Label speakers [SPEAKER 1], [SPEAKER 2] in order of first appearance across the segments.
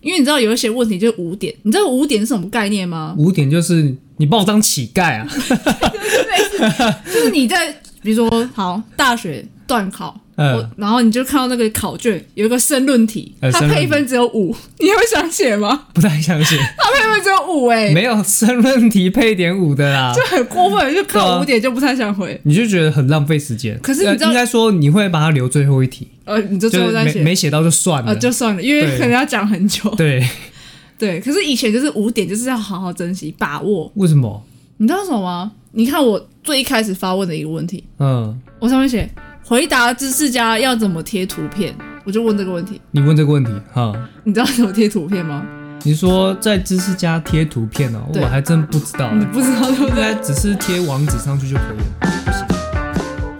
[SPEAKER 1] 因为你知道有一些问题就是五点，你知道五点是什么概念 吗？
[SPEAKER 2] 五点就是你把我当乞丐 啊，
[SPEAKER 1] 就是你在比如说好大学段考，
[SPEAKER 2] 嗯
[SPEAKER 1] 我然后你就看到那个考卷有一个申论题，
[SPEAKER 2] 呃
[SPEAKER 1] 它
[SPEAKER 2] 申论
[SPEAKER 1] 配分只有五， 你会想写吗？
[SPEAKER 2] 不太相信，
[SPEAKER 1] 它配分只有五 哎、
[SPEAKER 2] 没有申论题配点五的 啦
[SPEAKER 1] 就，很过分，就
[SPEAKER 2] 对啊
[SPEAKER 1] 考五点就不太想回。
[SPEAKER 2] 你就觉得很浪费时间。
[SPEAKER 1] 可是你知道
[SPEAKER 2] 呃应该说你会把它留最后一题，
[SPEAKER 1] 呃，你就最
[SPEAKER 2] 就
[SPEAKER 1] 后
[SPEAKER 2] 是
[SPEAKER 1] 再
[SPEAKER 2] 没
[SPEAKER 1] 写，
[SPEAKER 2] 没写到就算了，
[SPEAKER 1] 呃，就算了，因为
[SPEAKER 2] 对
[SPEAKER 1] 可能要讲很久。
[SPEAKER 2] 对。
[SPEAKER 1] 对，可是以前就是五点，就是要好好珍惜、把握。
[SPEAKER 2] 为什么？
[SPEAKER 1] 你知道什么吗？你看我最一开始发问的一个问题，
[SPEAKER 2] 嗯，
[SPEAKER 1] 我上面写回答知识家要怎么贴图片，我就问这个问题。
[SPEAKER 2] 你问这个问题哈，
[SPEAKER 1] 你知道怎么贴图片吗？
[SPEAKER 2] 你说在知识家贴图片哦，
[SPEAKER 1] 对嗯
[SPEAKER 2] 我还真不知道，
[SPEAKER 1] 你不知道对不
[SPEAKER 2] 应
[SPEAKER 1] 对？
[SPEAKER 2] 该只是贴网址上去就可以了。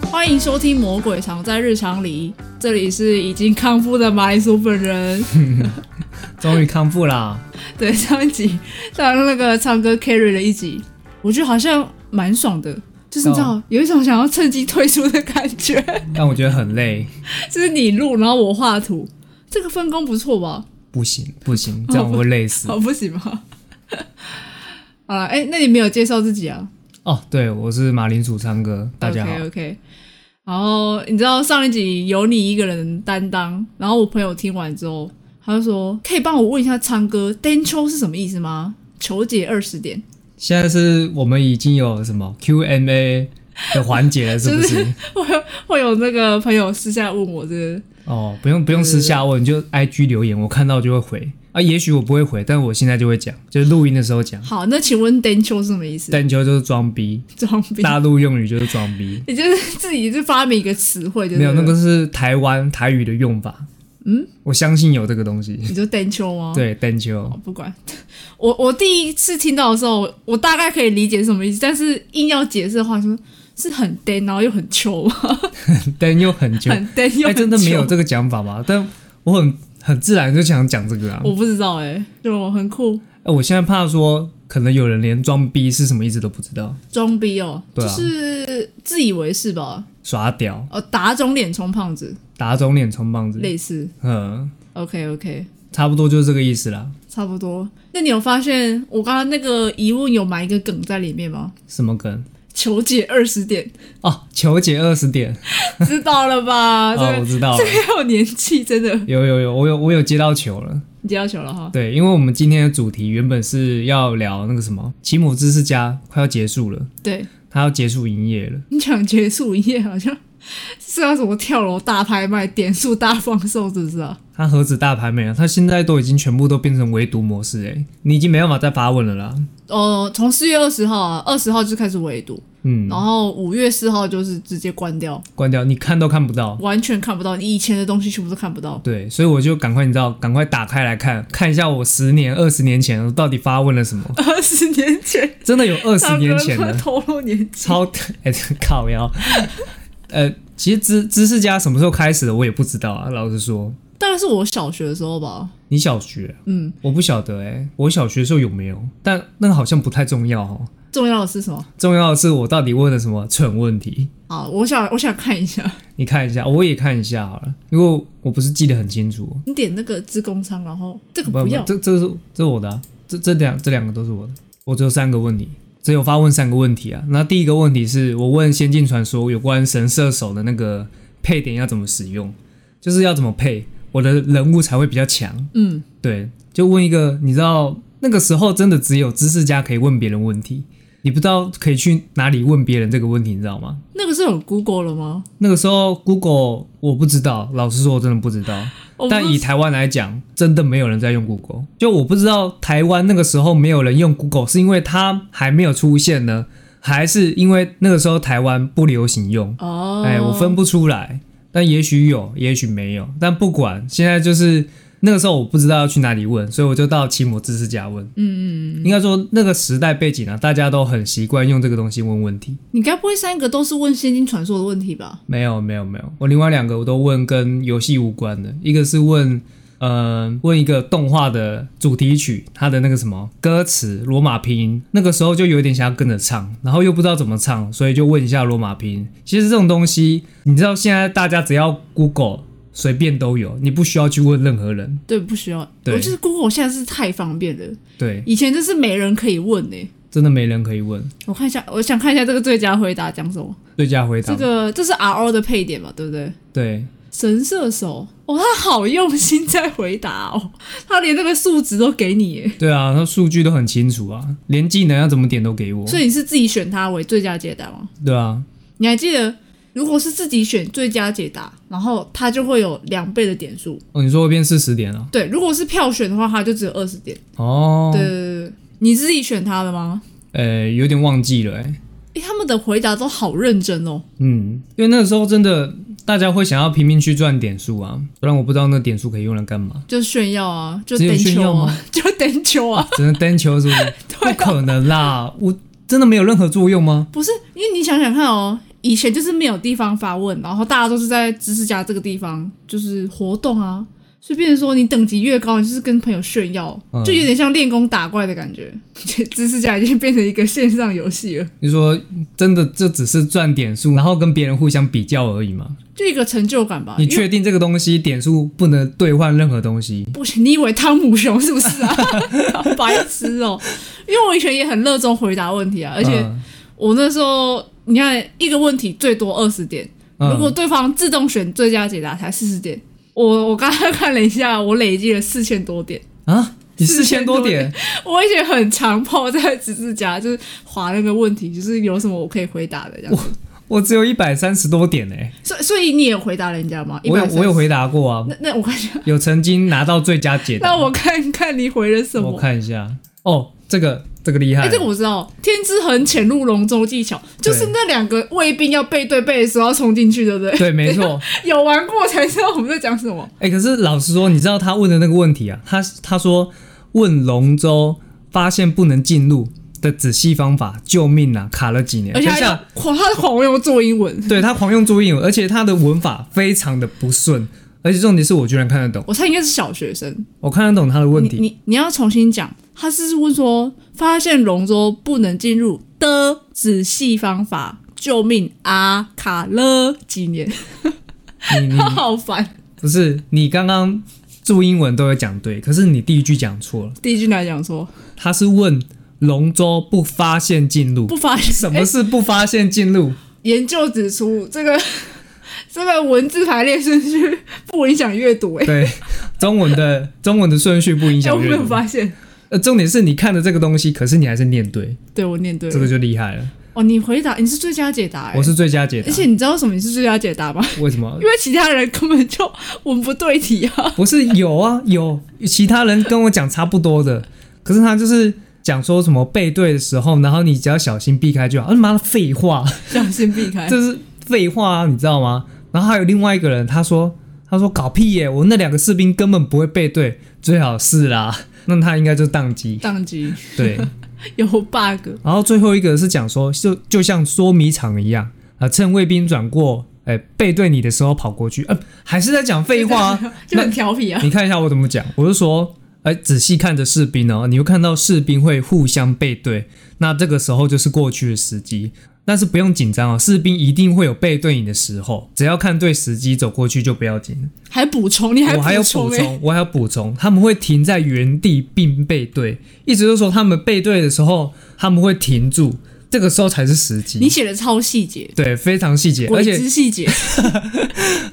[SPEAKER 1] 欢迎收听《魔鬼藏在日常里》，这里是已经康复的马铃薯本人。
[SPEAKER 2] 终于康复啦，
[SPEAKER 1] 对，上一集上那个唱歌 carry 了一集，我觉得好像蛮爽的，就是你知道、有一种想要趁机退出的感觉，
[SPEAKER 2] 但我觉得很累，
[SPEAKER 1] 就是你录，然后我画图，这个分工不错吧？
[SPEAKER 2] 不行不行，这样我会累死。
[SPEAKER 1] 哦好，不行吗？ 好了，哎、那你没有介绍自己啊？
[SPEAKER 2] 哦，对，我是马铃薯唱歌，大家好
[SPEAKER 1] OK OK。然后你知道上一集有你一个人担当，然后我朋友听完之后，他就说：“可以帮我问一下唱歌 “dan 秋”是什么意思吗？”求解二十 点，
[SPEAKER 2] 现在是我们已经有什么 Q&A 的环节了，是不是？
[SPEAKER 1] 会有会有那个朋友私下问我这个，
[SPEAKER 2] 哦，不用不用私下问，你就 IG 留言，我看到就会回啊。也许我不会回，但我现在就会讲，就是录音的时候讲。
[SPEAKER 1] 好，那请问 “dan 秋”是什么意思？
[SPEAKER 2] 但就就是装逼，
[SPEAKER 1] 装逼，
[SPEAKER 2] 大陆用语就是装逼。
[SPEAKER 1] 你就是自己就发明一个词汇，就是
[SPEAKER 2] 没有，那个是台湾台语的用法。嗯，哦我相信有这个东西。
[SPEAKER 1] 你就 “dan 秋”吗？，哦
[SPEAKER 2] 对，但就
[SPEAKER 1] 不管。 我我第一次听到的时候，我大概可以理解什么意思，但是硬要解释的话，说是很 “dan”，然后又很秋吗？
[SPEAKER 2] 但又 很久，
[SPEAKER 1] 很 “dan” 又
[SPEAKER 2] 哎，
[SPEAKER 1] 很
[SPEAKER 2] 真的没有
[SPEAKER 1] 秋
[SPEAKER 2] 这个讲法吧？但我很很自然就想讲这个啊。
[SPEAKER 1] 我不知道哎、就很酷，
[SPEAKER 2] 哎我现在怕说，可能有人连装逼是什么意思都不知道，
[SPEAKER 1] 装逼哦，
[SPEAKER 2] 对
[SPEAKER 1] 就
[SPEAKER 2] 啊
[SPEAKER 1] 是自以为是吧？
[SPEAKER 2] 耍屌、
[SPEAKER 1] 哦，打肿脸充胖子，
[SPEAKER 2] 打肿脸充棒子，
[SPEAKER 1] 类似。
[SPEAKER 2] 嗯，
[SPEAKER 1] OK OK，
[SPEAKER 2] 差不多就是这个意思啦。
[SPEAKER 1] 差不多。那你有发现我刚刚那个疑问有埋一个梗在里面吗？
[SPEAKER 2] 什么梗？
[SPEAKER 1] 求解二十点，
[SPEAKER 2] 哦，求解二十点，
[SPEAKER 1] 知道了吧？啊这
[SPEAKER 2] 哦，
[SPEAKER 1] 个
[SPEAKER 2] 我知道了
[SPEAKER 1] 这， 个有年纪，真的，
[SPEAKER 2] 有有有，我有我有接到球了。
[SPEAKER 1] 你接到球了哈。
[SPEAKER 2] 对，因为我们今天的主题原本是要聊那个什么，奇姆知识家快要结束了，
[SPEAKER 1] 对
[SPEAKER 2] 他要结束营业了。
[SPEAKER 1] 你想结束一夜，好像是要什么跳楼大拍卖、点数大放送，是不是啊？
[SPEAKER 2] 他何止大盘美啊，他现在都已经全部都变成围读模式哎、你已经没办法再发问了啦。
[SPEAKER 1] 哦，从四月二十号啊，二十号就开始围堵，
[SPEAKER 2] 嗯，
[SPEAKER 1] 然后五月四号就是直接关掉，
[SPEAKER 2] 关掉，你看都看不到。
[SPEAKER 1] 完全看不到，你以前的东西全部都看不到。
[SPEAKER 2] 对，所以我就赶快，你知道，赶快打开来看，看一下我十年、二十年前我到底发问了什么。
[SPEAKER 1] 二十年前，
[SPEAKER 2] 真的有二十年前
[SPEAKER 1] 大哥
[SPEAKER 2] 的，
[SPEAKER 1] 透露年纪，
[SPEAKER 2] 超 哎、靠腰。呃，其实知知识家什么时候开始的，我也不知道啊。老实说，
[SPEAKER 1] 大概是我小学的时候吧。
[SPEAKER 2] 你小学，
[SPEAKER 1] 嗯，
[SPEAKER 2] 我不晓得哎、我小学的时候有没有？但那个好像不太重要哦。
[SPEAKER 1] 重要的是什么？
[SPEAKER 2] 重要的是我到底问了什么蠢问题？
[SPEAKER 1] 好，我想我想看一下，
[SPEAKER 2] 你看一下，我也看一下好了，因为我不是记得很清楚。
[SPEAKER 1] 你点那个自工仓，然后这个不要，
[SPEAKER 2] 啊这这是这是我的啊、这这两这两个都是我的。我只有三个问题，只有发问三个问题啊。那第一个问题是我问《仙境传说》有关神射手的那个配点要怎么使用，就是要怎么配我的人物才会比较强。
[SPEAKER 1] 嗯，
[SPEAKER 2] 对，就问一个，你知道那个时候真的只有知识家可以问别人问题，你不知道可以去哪里问别人这个问题，你知道吗？
[SPEAKER 1] 那个是有 Google 了吗？
[SPEAKER 2] 那个时候 Google 我不知道，老实说我真的不知道。
[SPEAKER 1] 哦我不
[SPEAKER 2] 但以台湾来讲，真的没有人在用 Google。就我不知道台湾那个时候没有人用 Google，是因为它还没有出现呢，还是因为那个时候台湾不流行用？
[SPEAKER 1] 哦，
[SPEAKER 2] 哎，我分不出来。但也许有，也许没有。但不管，现在就是那个时候我不知道要去哪里问，所以我就到奇摩知识家问。嗯嗯嗯，应该说那个时代背景啊，大家都很习惯用这个东西问问题。
[SPEAKER 1] 你该不会三个都是问《仙境传说》的问题吧？
[SPEAKER 2] 没有没有没有，我另外两个我都问跟游戏无关的，一个是问呃问一个动画的主题曲，它的那个什么歌词罗马拼音，那个时候就有点想要跟着唱，然后又不知道怎么唱，所以就问一下罗马拼音。其实这种东西，你知道现在大家只要 Google。随便都有，你不需要去问任何人。
[SPEAKER 1] 对，不需要。我
[SPEAKER 2] 对
[SPEAKER 1] 就是 Google 现在是太方便了，
[SPEAKER 2] 对，
[SPEAKER 1] 以前真是没人可以问呢、
[SPEAKER 2] 真的没人可以问。
[SPEAKER 1] 我看一下，我想看一下这个最佳回答讲什么。
[SPEAKER 2] 最佳回答，
[SPEAKER 1] 这个这是 R O 的配点嘛，对不对？
[SPEAKER 2] 对，
[SPEAKER 1] 神射手，哦，他好用心在回答哦，他连那个数值都给你耶，
[SPEAKER 2] 对啊，那数据都很清楚啊，连技能要怎么点都给我。
[SPEAKER 1] 所以你是自己选他为最佳解答吗？
[SPEAKER 2] 对啊，
[SPEAKER 1] 你还记得，如果是自己选最佳解答，然后他就会有两倍的点数。
[SPEAKER 2] 哦，你说会变四十点了？
[SPEAKER 1] 对，如果是票选的话，他就只有二十点。
[SPEAKER 2] 哦，
[SPEAKER 1] 对对对对，你自己选他的吗？
[SPEAKER 2] 呃，有点忘记了、欸，
[SPEAKER 1] 诶，他们的回答都好认真哦。
[SPEAKER 2] 嗯，因为那个时候真的大家会想要拼命去赚点数啊，不然我不知道那点数可以用来干嘛。
[SPEAKER 1] 就炫耀啊，就
[SPEAKER 2] 只有
[SPEAKER 1] 等
[SPEAKER 2] 炫
[SPEAKER 1] 球
[SPEAKER 2] 耀
[SPEAKER 1] 啊
[SPEAKER 2] 吗，
[SPEAKER 1] 就等球啊，
[SPEAKER 2] 只能单球是不是？
[SPEAKER 1] 对
[SPEAKER 2] 不
[SPEAKER 1] 啊，
[SPEAKER 2] 可能啦，我真的没有任何作用吗？
[SPEAKER 1] 不是，因为你想想看哦，以前就是没有地方发问，然后大家都是在知识家这个地方就是活动啊，所以变成说你等级越高，你就是跟朋友炫耀，
[SPEAKER 2] 嗯
[SPEAKER 1] 就有点像练功打怪的感觉。 知识家已经变成一个线上游戏了，
[SPEAKER 2] 你说真的，这只是赚点数，然后跟别人互相比较而已嘛？
[SPEAKER 1] 就一个成就感吧。
[SPEAKER 2] 你
[SPEAKER 1] 因为
[SPEAKER 2] 确定这个东西点数不能兑换任何东西？
[SPEAKER 1] 不行，你以为汤姆熊是不是啊？ 好白痴哦、因为我以前也很热衷回答问题啊，而且
[SPEAKER 2] 嗯
[SPEAKER 1] 我那时候你看一个问题最多二十点。
[SPEAKER 2] 嗯
[SPEAKER 1] 如果对方自动选最佳解答才四十点，我我刚刚看了一下，我累计了四千多点。
[SPEAKER 2] 啊，你
[SPEAKER 1] 四
[SPEAKER 2] 四
[SPEAKER 1] 千
[SPEAKER 2] 千
[SPEAKER 1] 多
[SPEAKER 2] 多点，
[SPEAKER 1] 我以前很常泡在知识家，就是划那个问题，就是有什么我可以回答的这样子。
[SPEAKER 2] 我只有一百三十多点哎、
[SPEAKER 1] 所以所以你也回答人家吗？
[SPEAKER 2] 我有
[SPEAKER 1] 130
[SPEAKER 2] 我有。回答过啊，
[SPEAKER 1] 那那我看一下，
[SPEAKER 2] 有曾经拿到最佳解答。
[SPEAKER 1] 那我看看你回了什
[SPEAKER 2] 我
[SPEAKER 1] 么。
[SPEAKER 2] 看一下哦，这个这个厉害，
[SPEAKER 1] 哎、这个我知道，天之痕潜入龙舟技巧，就是那两个卫兵要背对背的时候要冲进去，对不对？
[SPEAKER 2] 对，没错。
[SPEAKER 1] 有玩过才知道我们在讲什么。
[SPEAKER 2] 哎、可是老实说，你知道他问的那个问题啊，他他说问龙舟发现不能进入的仔细方法，救命啊，卡了几年。
[SPEAKER 1] 而且
[SPEAKER 2] 等
[SPEAKER 1] 还
[SPEAKER 2] 一下，
[SPEAKER 1] 狂，他狂用做英文，
[SPEAKER 2] 对他狂用注音，而且他的文法非常的不顺，而且重点是我居然看得懂，
[SPEAKER 1] 我猜应该是小学生。
[SPEAKER 2] 我看得懂他的问
[SPEAKER 1] 你
[SPEAKER 2] 题。
[SPEAKER 1] 你你要重新讲，他是问说发现龙舟不能进入的仔细方法，救命啊！卡了几年，
[SPEAKER 2] 你你
[SPEAKER 1] 他 好烦。
[SPEAKER 2] 不是你刚刚注英文都有讲对，可是你第一句讲错了，
[SPEAKER 1] 第一句来讲说
[SPEAKER 2] 他是问龙舟不发现进入
[SPEAKER 1] 不，发现
[SPEAKER 2] 什么是不发现进入？
[SPEAKER 1] 研究指出，这个这个文字排列顺序不影响阅读、欸，哎、
[SPEAKER 2] 对，中文的中文的顺序不影响
[SPEAKER 1] 我 没
[SPEAKER 2] 阅
[SPEAKER 1] 有
[SPEAKER 2] 读。
[SPEAKER 1] 发现。
[SPEAKER 2] 呃，重点是你看的这个东西，可是你还是念对，
[SPEAKER 1] 对我念对
[SPEAKER 2] 这个
[SPEAKER 1] 了。
[SPEAKER 2] 就厉害了。
[SPEAKER 1] 哦，你回答你是最佳解答、欸，
[SPEAKER 2] 我是最佳解答
[SPEAKER 1] 而，且你知道为什么你是最佳解答吗？
[SPEAKER 2] 为什么
[SPEAKER 1] 因？为其他人根本就文不对题啊。
[SPEAKER 2] 不是有啊，有其他人跟我讲差不多的，可是他就是讲说什么背对的时候，然后你只要小心避开就好。啊妈的废话，
[SPEAKER 1] 小心避开。
[SPEAKER 2] 这是废话啊，你知道吗？然后还有另外一个人，他说他说搞屁耶、我那两个士兵根本不会背对，最好是啦，那他应该就宕机。
[SPEAKER 1] 宕机
[SPEAKER 2] 对，
[SPEAKER 1] 有 bug，
[SPEAKER 2] 然后最后一个是讲说，就就像捉迷藏一样啊、趁卫兵转过，哎、背对你的时候跑过去，呃，还是在讲废话、啊。
[SPEAKER 1] 就很调皮啊。
[SPEAKER 2] 你看一下我怎么讲，我就说，哎、仔细看着士兵哦，你会看到士兵会互相背对，那这个时候就是过去的时机。但是不用紧张哦，士兵一定会有背对你的时候，只要看对时机走过去就不要紧。
[SPEAKER 1] 还补充，你还
[SPEAKER 2] 我还有
[SPEAKER 1] 充
[SPEAKER 2] 补
[SPEAKER 1] 欸
[SPEAKER 2] 充，我还有补充，他们会停在原地并背对，意思就是说他们背对的时候，他们会停住，这个时候才是时
[SPEAKER 1] 你
[SPEAKER 2] 机。
[SPEAKER 1] 写的超细节，
[SPEAKER 2] 对，非常细节，而
[SPEAKER 1] 鬼
[SPEAKER 2] 且
[SPEAKER 1] 之细节，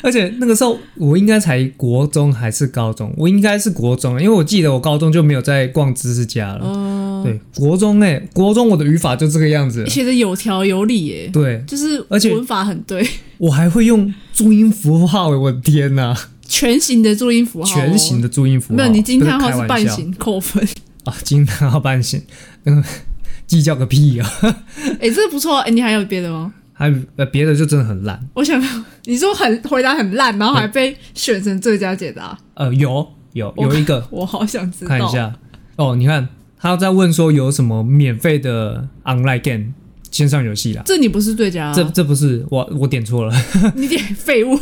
[SPEAKER 2] 而且那个时候我应该才国中还是高中，我应该是国中，因为我记得我高中就没有在逛知识家了。
[SPEAKER 1] 嗯，
[SPEAKER 2] 对，国中哎、国中我的语法就这个 样子了。
[SPEAKER 1] 写的有条有理耶，
[SPEAKER 2] 对，
[SPEAKER 1] 就是
[SPEAKER 2] 而且
[SPEAKER 1] 文法很对，
[SPEAKER 2] 我还会用注音符号、欸，我的天呐、
[SPEAKER 1] 全形的注音符号哦，
[SPEAKER 2] 全形的注音符号，
[SPEAKER 1] 哦没有，你惊叹号
[SPEAKER 2] 不
[SPEAKER 1] 是
[SPEAKER 2] 开玩
[SPEAKER 1] 半
[SPEAKER 2] 笑
[SPEAKER 1] 形扣分，
[SPEAKER 2] 啊，惊叹号半形，嗯，计较个屁啊！
[SPEAKER 1] 哎，这个不错，哎，你还有别的吗？
[SPEAKER 2] 还有呃别的就真的很烂。
[SPEAKER 1] 我想你说很回答很烂，然后
[SPEAKER 2] 嗯
[SPEAKER 1] 还被选成最佳解答，
[SPEAKER 2] 呃，有有
[SPEAKER 1] 我
[SPEAKER 2] 有一个，
[SPEAKER 1] 我好想知道，
[SPEAKER 2] 看一下哦，你看他在问说有什么免费的 online game 线上游戏啦。
[SPEAKER 1] 这你不是最佳啊，
[SPEAKER 2] 这这不是我我点错了
[SPEAKER 1] 你点废物，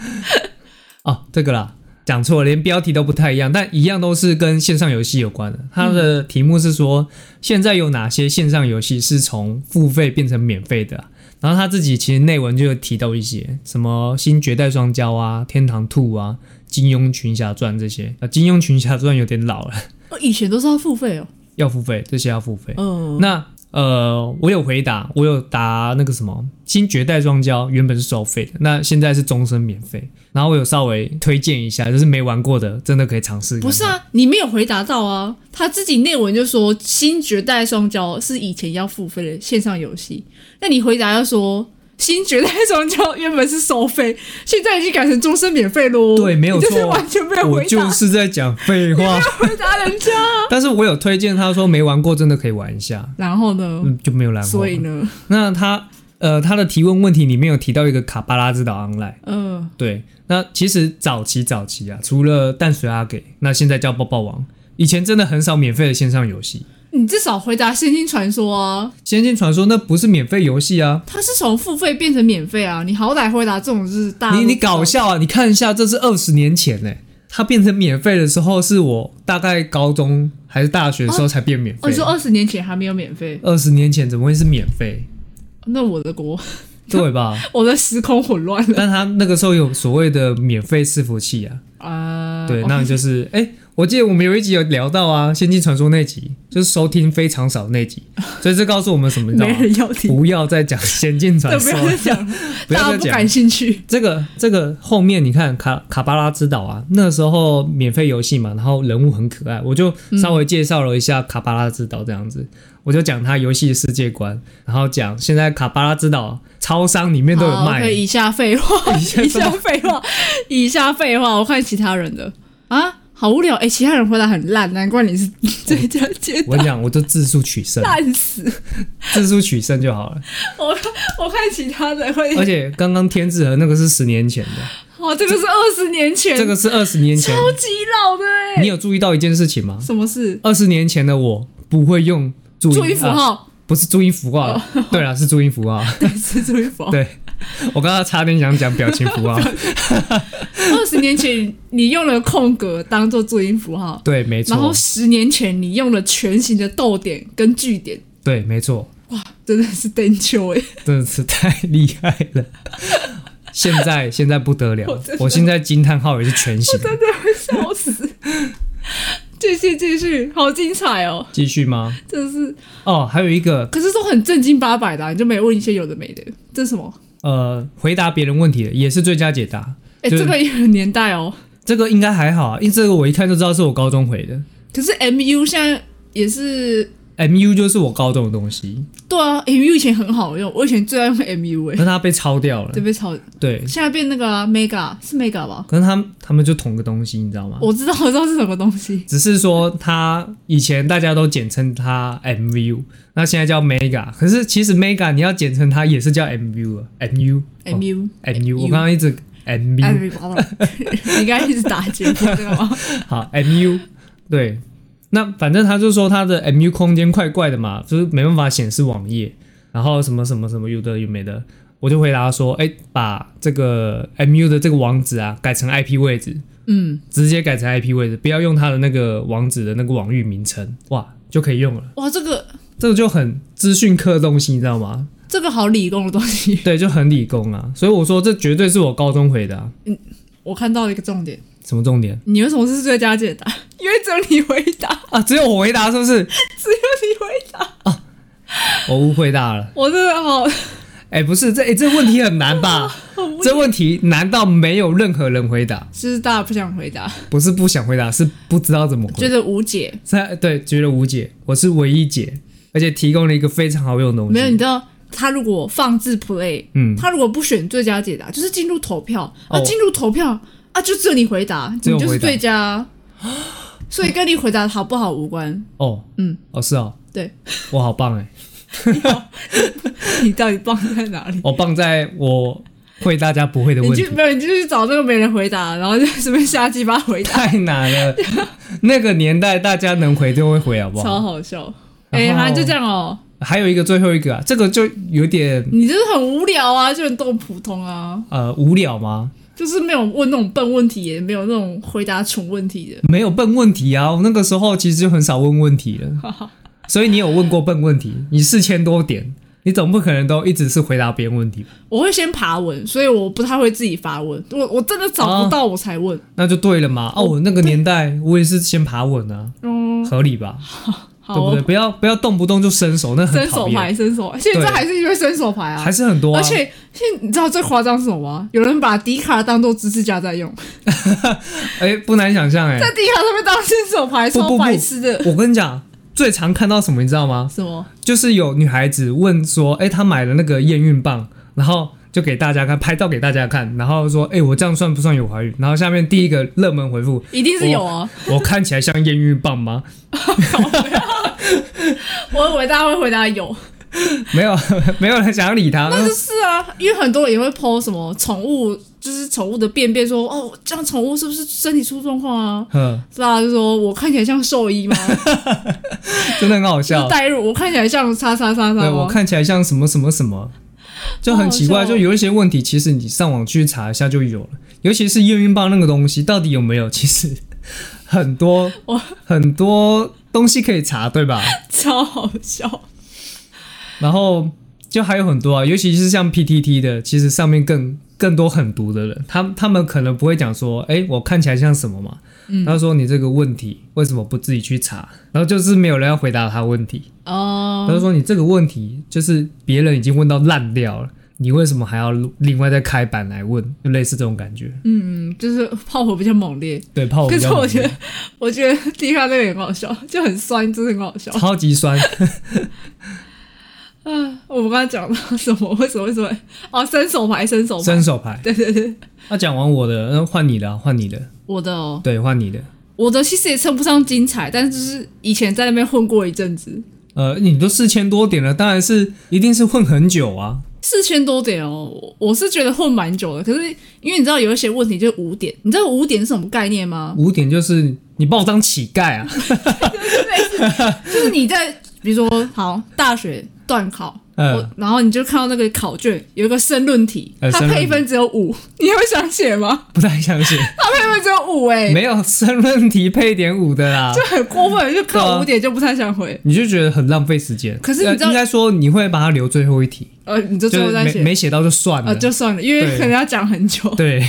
[SPEAKER 2] 哦，这个啦，讲错了，连标题都不太一样，但一样都是跟线上游戏有关的。它的题目是说，现在有哪些线上游戏是从付费变成免费的啊、然后他自己其实内文就有提到一些什么新绝代双骄啊、天堂兔啊、金庸群侠传这些。啊，金庸群侠传有点老了，
[SPEAKER 1] 哦，以前都是要付费哦。
[SPEAKER 2] 要付费，这些要付费。
[SPEAKER 1] 嗯，
[SPEAKER 2] 那呃，我有回答，我有答那个什么新绝代双骄原本是收费的，那现在是终身免费。然后我有稍微推荐一下，就是没玩过的，真的可以尝试看看。
[SPEAKER 1] 不是啊，你没有回答到啊。他自己内文就说《新绝代双骄》是以前要付费的线上游戏，那你回答要说《新绝代双骄》原本是收费，现在已经改成终身免费喽。
[SPEAKER 2] 对没有
[SPEAKER 1] 你就是
[SPEAKER 2] 错
[SPEAKER 1] 完全没有
[SPEAKER 2] 我
[SPEAKER 1] 回答，
[SPEAKER 2] 就是在讲废话，
[SPEAKER 1] 回答人家。啊
[SPEAKER 2] 但是我有推荐，他说没玩过真的可以玩一下，
[SPEAKER 1] 然后呢？
[SPEAKER 2] 嗯，就没有然后
[SPEAKER 1] 所以
[SPEAKER 2] 了。
[SPEAKER 1] 呢？
[SPEAKER 2] 那他呃，他的提问问题里面有提到一个卡巴拉之岛 online，
[SPEAKER 1] 嗯、
[SPEAKER 2] 对，那其实早期早期啊，除了淡水阿给，那现在叫抱抱王，以前真的很少免费的线上游戏。
[SPEAKER 1] 你至少回答《仙境传说》啊，
[SPEAKER 2] 仙境传说那不是免费游戏啊，
[SPEAKER 1] 它是从付费变成免费啊。你好歹回答这种就是大家
[SPEAKER 2] 你
[SPEAKER 1] 都
[SPEAKER 2] 你
[SPEAKER 1] 知道
[SPEAKER 2] 搞笑啊！你看一下，这是二十年前呢、它变成免费的时候，是我大概高中还是大学的时候才变免
[SPEAKER 1] 哦，
[SPEAKER 2] 费
[SPEAKER 1] 你。说二十年前还没有免费，
[SPEAKER 2] 二十年前怎么会是免费？
[SPEAKER 1] 那我的国，
[SPEAKER 2] 对吧？
[SPEAKER 1] 我的时空混乱了
[SPEAKER 2] 但他那个时候有所谓的免费伺服器啊，
[SPEAKER 1] 啊、
[SPEAKER 2] 对，
[SPEAKER 1] 哦
[SPEAKER 2] 那就是哎、诶我记得我们有一集有聊到啊，《仙境传说》那集，就是收听非常少 那集，所以这告诉我们什么，你知道
[SPEAKER 1] 没
[SPEAKER 2] 吗？
[SPEAKER 1] 人要听，
[SPEAKER 2] 不要再讲《仙境
[SPEAKER 1] 对，不
[SPEAKER 2] 传 说
[SPEAKER 1] 要再》讲了，
[SPEAKER 2] 不
[SPEAKER 1] 大
[SPEAKER 2] 要
[SPEAKER 1] 家
[SPEAKER 2] 再
[SPEAKER 1] 不
[SPEAKER 2] 讲
[SPEAKER 1] 感。兴趣。
[SPEAKER 2] 这个这个后面你看卡卡巴拉之岛啊，那时候免费游戏嘛，然后人物很可爱，我就
[SPEAKER 1] 嗯
[SPEAKER 2] 稍微介绍了一下卡巴拉之岛这样子，我就讲它游戏的世界观，然后讲现在卡巴拉之岛超商里面都有
[SPEAKER 1] 好
[SPEAKER 2] 卖，
[SPEAKER 1] ，OK，以下废话，
[SPEAKER 2] 以下
[SPEAKER 1] 以下废话，以下废话，我看其他人的啊，好无聊。哎、其他人回答很烂，难怪 你是最佳解答
[SPEAKER 2] 我跟。你讲，我就字数 取胜，
[SPEAKER 1] 烂死！
[SPEAKER 2] 字数取胜就好 了。
[SPEAKER 1] 我看其他人会，
[SPEAKER 2] 而且刚刚天之河那个是十年前的，
[SPEAKER 1] 哇，这个是二十年前，
[SPEAKER 2] 这个是二十年前。
[SPEAKER 1] 哎超级老的哎、
[SPEAKER 2] 你有注意到一件事情吗？
[SPEAKER 1] 什么事？
[SPEAKER 2] 二十年前的我不会用注
[SPEAKER 1] 注意符
[SPEAKER 2] 啊
[SPEAKER 1] 号，哦
[SPEAKER 2] 不是注音符号。对了，是注音符号。
[SPEAKER 1] 对，是注意符号。
[SPEAKER 2] 对，我刚刚差点想讲表情 符号。
[SPEAKER 1] 二十年前你用了空格当做注音符号，
[SPEAKER 2] 对，没
[SPEAKER 1] 然后
[SPEAKER 2] 错，
[SPEAKER 1] 十年前你用了全形的逗点跟句点，
[SPEAKER 2] 对，没错，
[SPEAKER 1] 真的是颠秋哎！
[SPEAKER 2] 真的是太厉害了。现在现在不得了，
[SPEAKER 1] 我真
[SPEAKER 2] 我
[SPEAKER 1] 的
[SPEAKER 2] 现在惊叹号也是全形。
[SPEAKER 1] 欸 笑死。继续继续，好精彩哦！
[SPEAKER 2] 继续吗？
[SPEAKER 1] 真是，
[SPEAKER 2] 哦，还有一个
[SPEAKER 1] 可是都很正经八百的啊、你就没问一些有的没的，这是什么？
[SPEAKER 2] 呃，回答别人问题的也是最佳解答。
[SPEAKER 1] 哎、
[SPEAKER 2] 就是
[SPEAKER 1] 这个也很年代哦。
[SPEAKER 2] 这个应该还好啊，因为这个我一看就知道是我高中回的。
[SPEAKER 1] 可是 MU 现在也是，
[SPEAKER 2] M U 就是我高中的东西，
[SPEAKER 1] 对啊，MU 以前很好用，我以前最爱用 MU 哎、
[SPEAKER 2] 但它被抄掉了
[SPEAKER 1] 这。被炒，
[SPEAKER 2] 对，
[SPEAKER 1] 现在变那个、啊、Mega 是 Mega 吧？
[SPEAKER 2] 可是他们他们就同个东西，你知道吗？
[SPEAKER 1] 我知道，我知道是什么东西。
[SPEAKER 2] 只是说它以前大家都简称它 M U，那现在叫 Mega。可是其实 Mega 你要简称它也是叫 M U 啊，M U
[SPEAKER 1] M U 哎嗯
[SPEAKER 2] M U。我刚刚一直 M U
[SPEAKER 1] 你刚才一直打结巴，对吗？
[SPEAKER 2] 好 M U 对。那反正他就说他的 M U 空间怪怪的嘛，就是没办法显示网页，然后什么什么什么有的有没的，我就回答说，哎、把这个 M U 的这个网址啊改成 I P 位置，
[SPEAKER 1] 嗯，
[SPEAKER 2] 直接改成 I P 位置，不要用它的那个网址的那个网域名称，哇，就可以用了。
[SPEAKER 1] 哇，这个
[SPEAKER 2] 这个就很资讯科的东西，你知道吗？
[SPEAKER 1] 这个好理工的东西，
[SPEAKER 2] 对，就很理工啊。所以我说这绝对是我高中回的、啊。
[SPEAKER 1] 我看到了一个重点。
[SPEAKER 2] 什么重点
[SPEAKER 1] 你为什么是最佳解答？因为只有你回答，
[SPEAKER 2] 啊？只有我回答是不是？
[SPEAKER 1] 只有你回答。
[SPEAKER 2] 我误会大了。
[SPEAKER 1] 我真的好，
[SPEAKER 2] 哎、不是，这哎、这问题很难吧？ 这问题难道没有任何人回答？
[SPEAKER 1] 就是大家不想回答，
[SPEAKER 2] 不是不想回答，是不知道怎么
[SPEAKER 1] 觉
[SPEAKER 2] 回。
[SPEAKER 1] 得无解。
[SPEAKER 2] 在对，觉得无解，我是唯一解，而且提供了一个非常好用的东西。
[SPEAKER 1] 没有，你知道他如果放置 play，
[SPEAKER 2] 嗯，
[SPEAKER 1] 他如果不选最佳解答，就是进入投票。
[SPEAKER 2] 哦
[SPEAKER 1] 啊，进入投票啊，就只有你回答，你
[SPEAKER 2] 只有我
[SPEAKER 1] 就是
[SPEAKER 2] 回答
[SPEAKER 1] 最佳 啊。所以跟你回答好不好无关。
[SPEAKER 2] 哦，
[SPEAKER 1] 嗯，
[SPEAKER 2] 哦是哦，
[SPEAKER 1] 对，
[SPEAKER 2] 我好棒哎、
[SPEAKER 1] 你到底棒在哪里？
[SPEAKER 2] 我棒在我会大家不会的
[SPEAKER 1] 你
[SPEAKER 2] 哦问题
[SPEAKER 1] 就。没有，你就去找那个没人回答，然后就随便瞎鸡巴回答，
[SPEAKER 2] 太难了。那个年代大家能回就会回，好不
[SPEAKER 1] 超
[SPEAKER 2] 好？
[SPEAKER 1] 好笑。哎、
[SPEAKER 2] 然后
[SPEAKER 1] 他就这样哦，
[SPEAKER 2] 还有一个最后一个啊，这个就有点
[SPEAKER 1] 你就是很无聊啊，就很动普通啊，
[SPEAKER 2] 呃无聊吗？
[SPEAKER 1] 就是没有问那种笨问题，也没有那种回答蠢问题的。
[SPEAKER 2] 没有笨问题啊，我那个 时候其实就很少问问题了。所以你有问过笨问题？你四千多点，你总不可能都一直是回答别人问题吧？
[SPEAKER 1] 我会先爬文，所以我不太会自己发文。我我真的找不到我才问。
[SPEAKER 2] 那就对了嘛。哦，我那个年代我也是先爬稳啊，
[SPEAKER 1] 嗯，
[SPEAKER 2] 合理吧？对
[SPEAKER 1] 好
[SPEAKER 2] 不
[SPEAKER 1] 哦，
[SPEAKER 2] 对？不要不要动不动就伸手，那很
[SPEAKER 1] 伸
[SPEAKER 2] 讨
[SPEAKER 1] 手
[SPEAKER 2] 厌。
[SPEAKER 1] 牌，伸手牌，现在还是因为伸手牌啊，
[SPEAKER 2] 还是很多啊，
[SPEAKER 1] 而且现在你知道最夸张是什么吗？有人把迪卡当做知识家在用，
[SPEAKER 2] 哎、不难想象哎、
[SPEAKER 1] 在迪卡上面当伸手牌，
[SPEAKER 2] 不不
[SPEAKER 1] 超
[SPEAKER 2] 不
[SPEAKER 1] 白痴的。
[SPEAKER 2] 我跟你讲，最常看到什么你知道吗？
[SPEAKER 1] 什么？
[SPEAKER 2] 就是有女孩子问说，哎、她买了那个验孕棒，然后就给大家看，拍照给大家看，然后说，哎、我这样算不算有怀孕？然后下面第一个热门回复，
[SPEAKER 1] 一定是有啊！
[SPEAKER 2] 我看起来像验孕棒吗？
[SPEAKER 1] 我以为大家会回答有，
[SPEAKER 2] 没有， 没有人想要理她。
[SPEAKER 1] 那就是啊，因为很多人也会 PO 什么宠物，就是宠物的便便说哦，这样宠物是不是身体出状况啊？
[SPEAKER 2] 嗯，
[SPEAKER 1] 是吧？就说我看起来像兽医吗？
[SPEAKER 2] 真的很好
[SPEAKER 1] 就是
[SPEAKER 2] 笑。
[SPEAKER 1] 代入，我看起来像叉叉叉叉
[SPEAKER 2] 对我
[SPEAKER 1] 吗？
[SPEAKER 2] 看起来像什么什么什么，就很奇怪。
[SPEAKER 1] 好好笑
[SPEAKER 2] 就
[SPEAKER 1] 哦
[SPEAKER 2] 有一些问题，其实你上网去查一下就有了。尤其是验孕棒那个东西，到底有没有？其实很多
[SPEAKER 1] 我
[SPEAKER 2] 很多东西可以查，对吧？
[SPEAKER 1] 超好笑。
[SPEAKER 2] 然后就还有很多啊，尤其是像 PTT 的，其实上面更更多狠毒的人，他他们可能不会讲说，哎、我看起来像什么嘛。
[SPEAKER 1] 嗯
[SPEAKER 2] 他说你这个问题为什么不自己去查？然后就是没有人要回答他问题。
[SPEAKER 1] 哦、
[SPEAKER 2] 他就说你这个问题就是别人已经问到烂掉了，你为什么还要另外再开版来问？就类似这种感觉。
[SPEAKER 1] 嗯，就是炮火比较猛烈。
[SPEAKER 2] 对，怕我
[SPEAKER 1] 可
[SPEAKER 2] 哦比
[SPEAKER 1] 是
[SPEAKER 2] 较
[SPEAKER 1] 我
[SPEAKER 2] 猛
[SPEAKER 1] 觉
[SPEAKER 2] 烈
[SPEAKER 1] 得，我觉得迪卡那个也很好笑，就很酸，真的很 好笑。
[SPEAKER 2] 超级酸。
[SPEAKER 1] 啊，我们刚刚讲到什么？为什么？为什么？哦，伸手牌，伸手牌
[SPEAKER 2] 伸。手牌。对对对。那讲完我的，那换你的啊，换你的，
[SPEAKER 1] 我的哦，
[SPEAKER 2] 对，换你的。
[SPEAKER 1] 我的其实也称不上精彩，但是就是以前在那边混过一阵子，
[SPEAKER 2] 呃，你都四千多点了，当然是一定是混很久啊。
[SPEAKER 1] 四千多点哦，我我是觉得混蛮久的。可是因为你知道有一些问题就是五点，你知道五点是什么概念吗？
[SPEAKER 2] 五点就是你把我当乞丐啊？
[SPEAKER 1] 就是你在比如说好大学段考。我
[SPEAKER 2] 嗯，
[SPEAKER 1] 然后你就看到那个考卷有一个申论题，
[SPEAKER 2] 呃
[SPEAKER 1] 它
[SPEAKER 2] 申论
[SPEAKER 1] 配分只有五， 你会想写吗？
[SPEAKER 2] 不太相信，
[SPEAKER 1] 它配分只有五哎、
[SPEAKER 2] 没有申论题配点五的啦
[SPEAKER 1] 就。很过分，就
[SPEAKER 2] 对
[SPEAKER 1] 看
[SPEAKER 2] 啊
[SPEAKER 1] 五点就不太想回。
[SPEAKER 2] 你就觉得很浪费时间，
[SPEAKER 1] 可是你
[SPEAKER 2] 呃
[SPEAKER 1] 知道
[SPEAKER 2] 应该说你会把它留最后一题，
[SPEAKER 1] 呃，你就最
[SPEAKER 2] 就
[SPEAKER 1] 后
[SPEAKER 2] 是
[SPEAKER 1] 再
[SPEAKER 2] 没
[SPEAKER 1] 写，
[SPEAKER 2] 没写到就算了，
[SPEAKER 1] 呃，就算了，因为
[SPEAKER 2] 对
[SPEAKER 1] 可能要讲很久。
[SPEAKER 2] 对，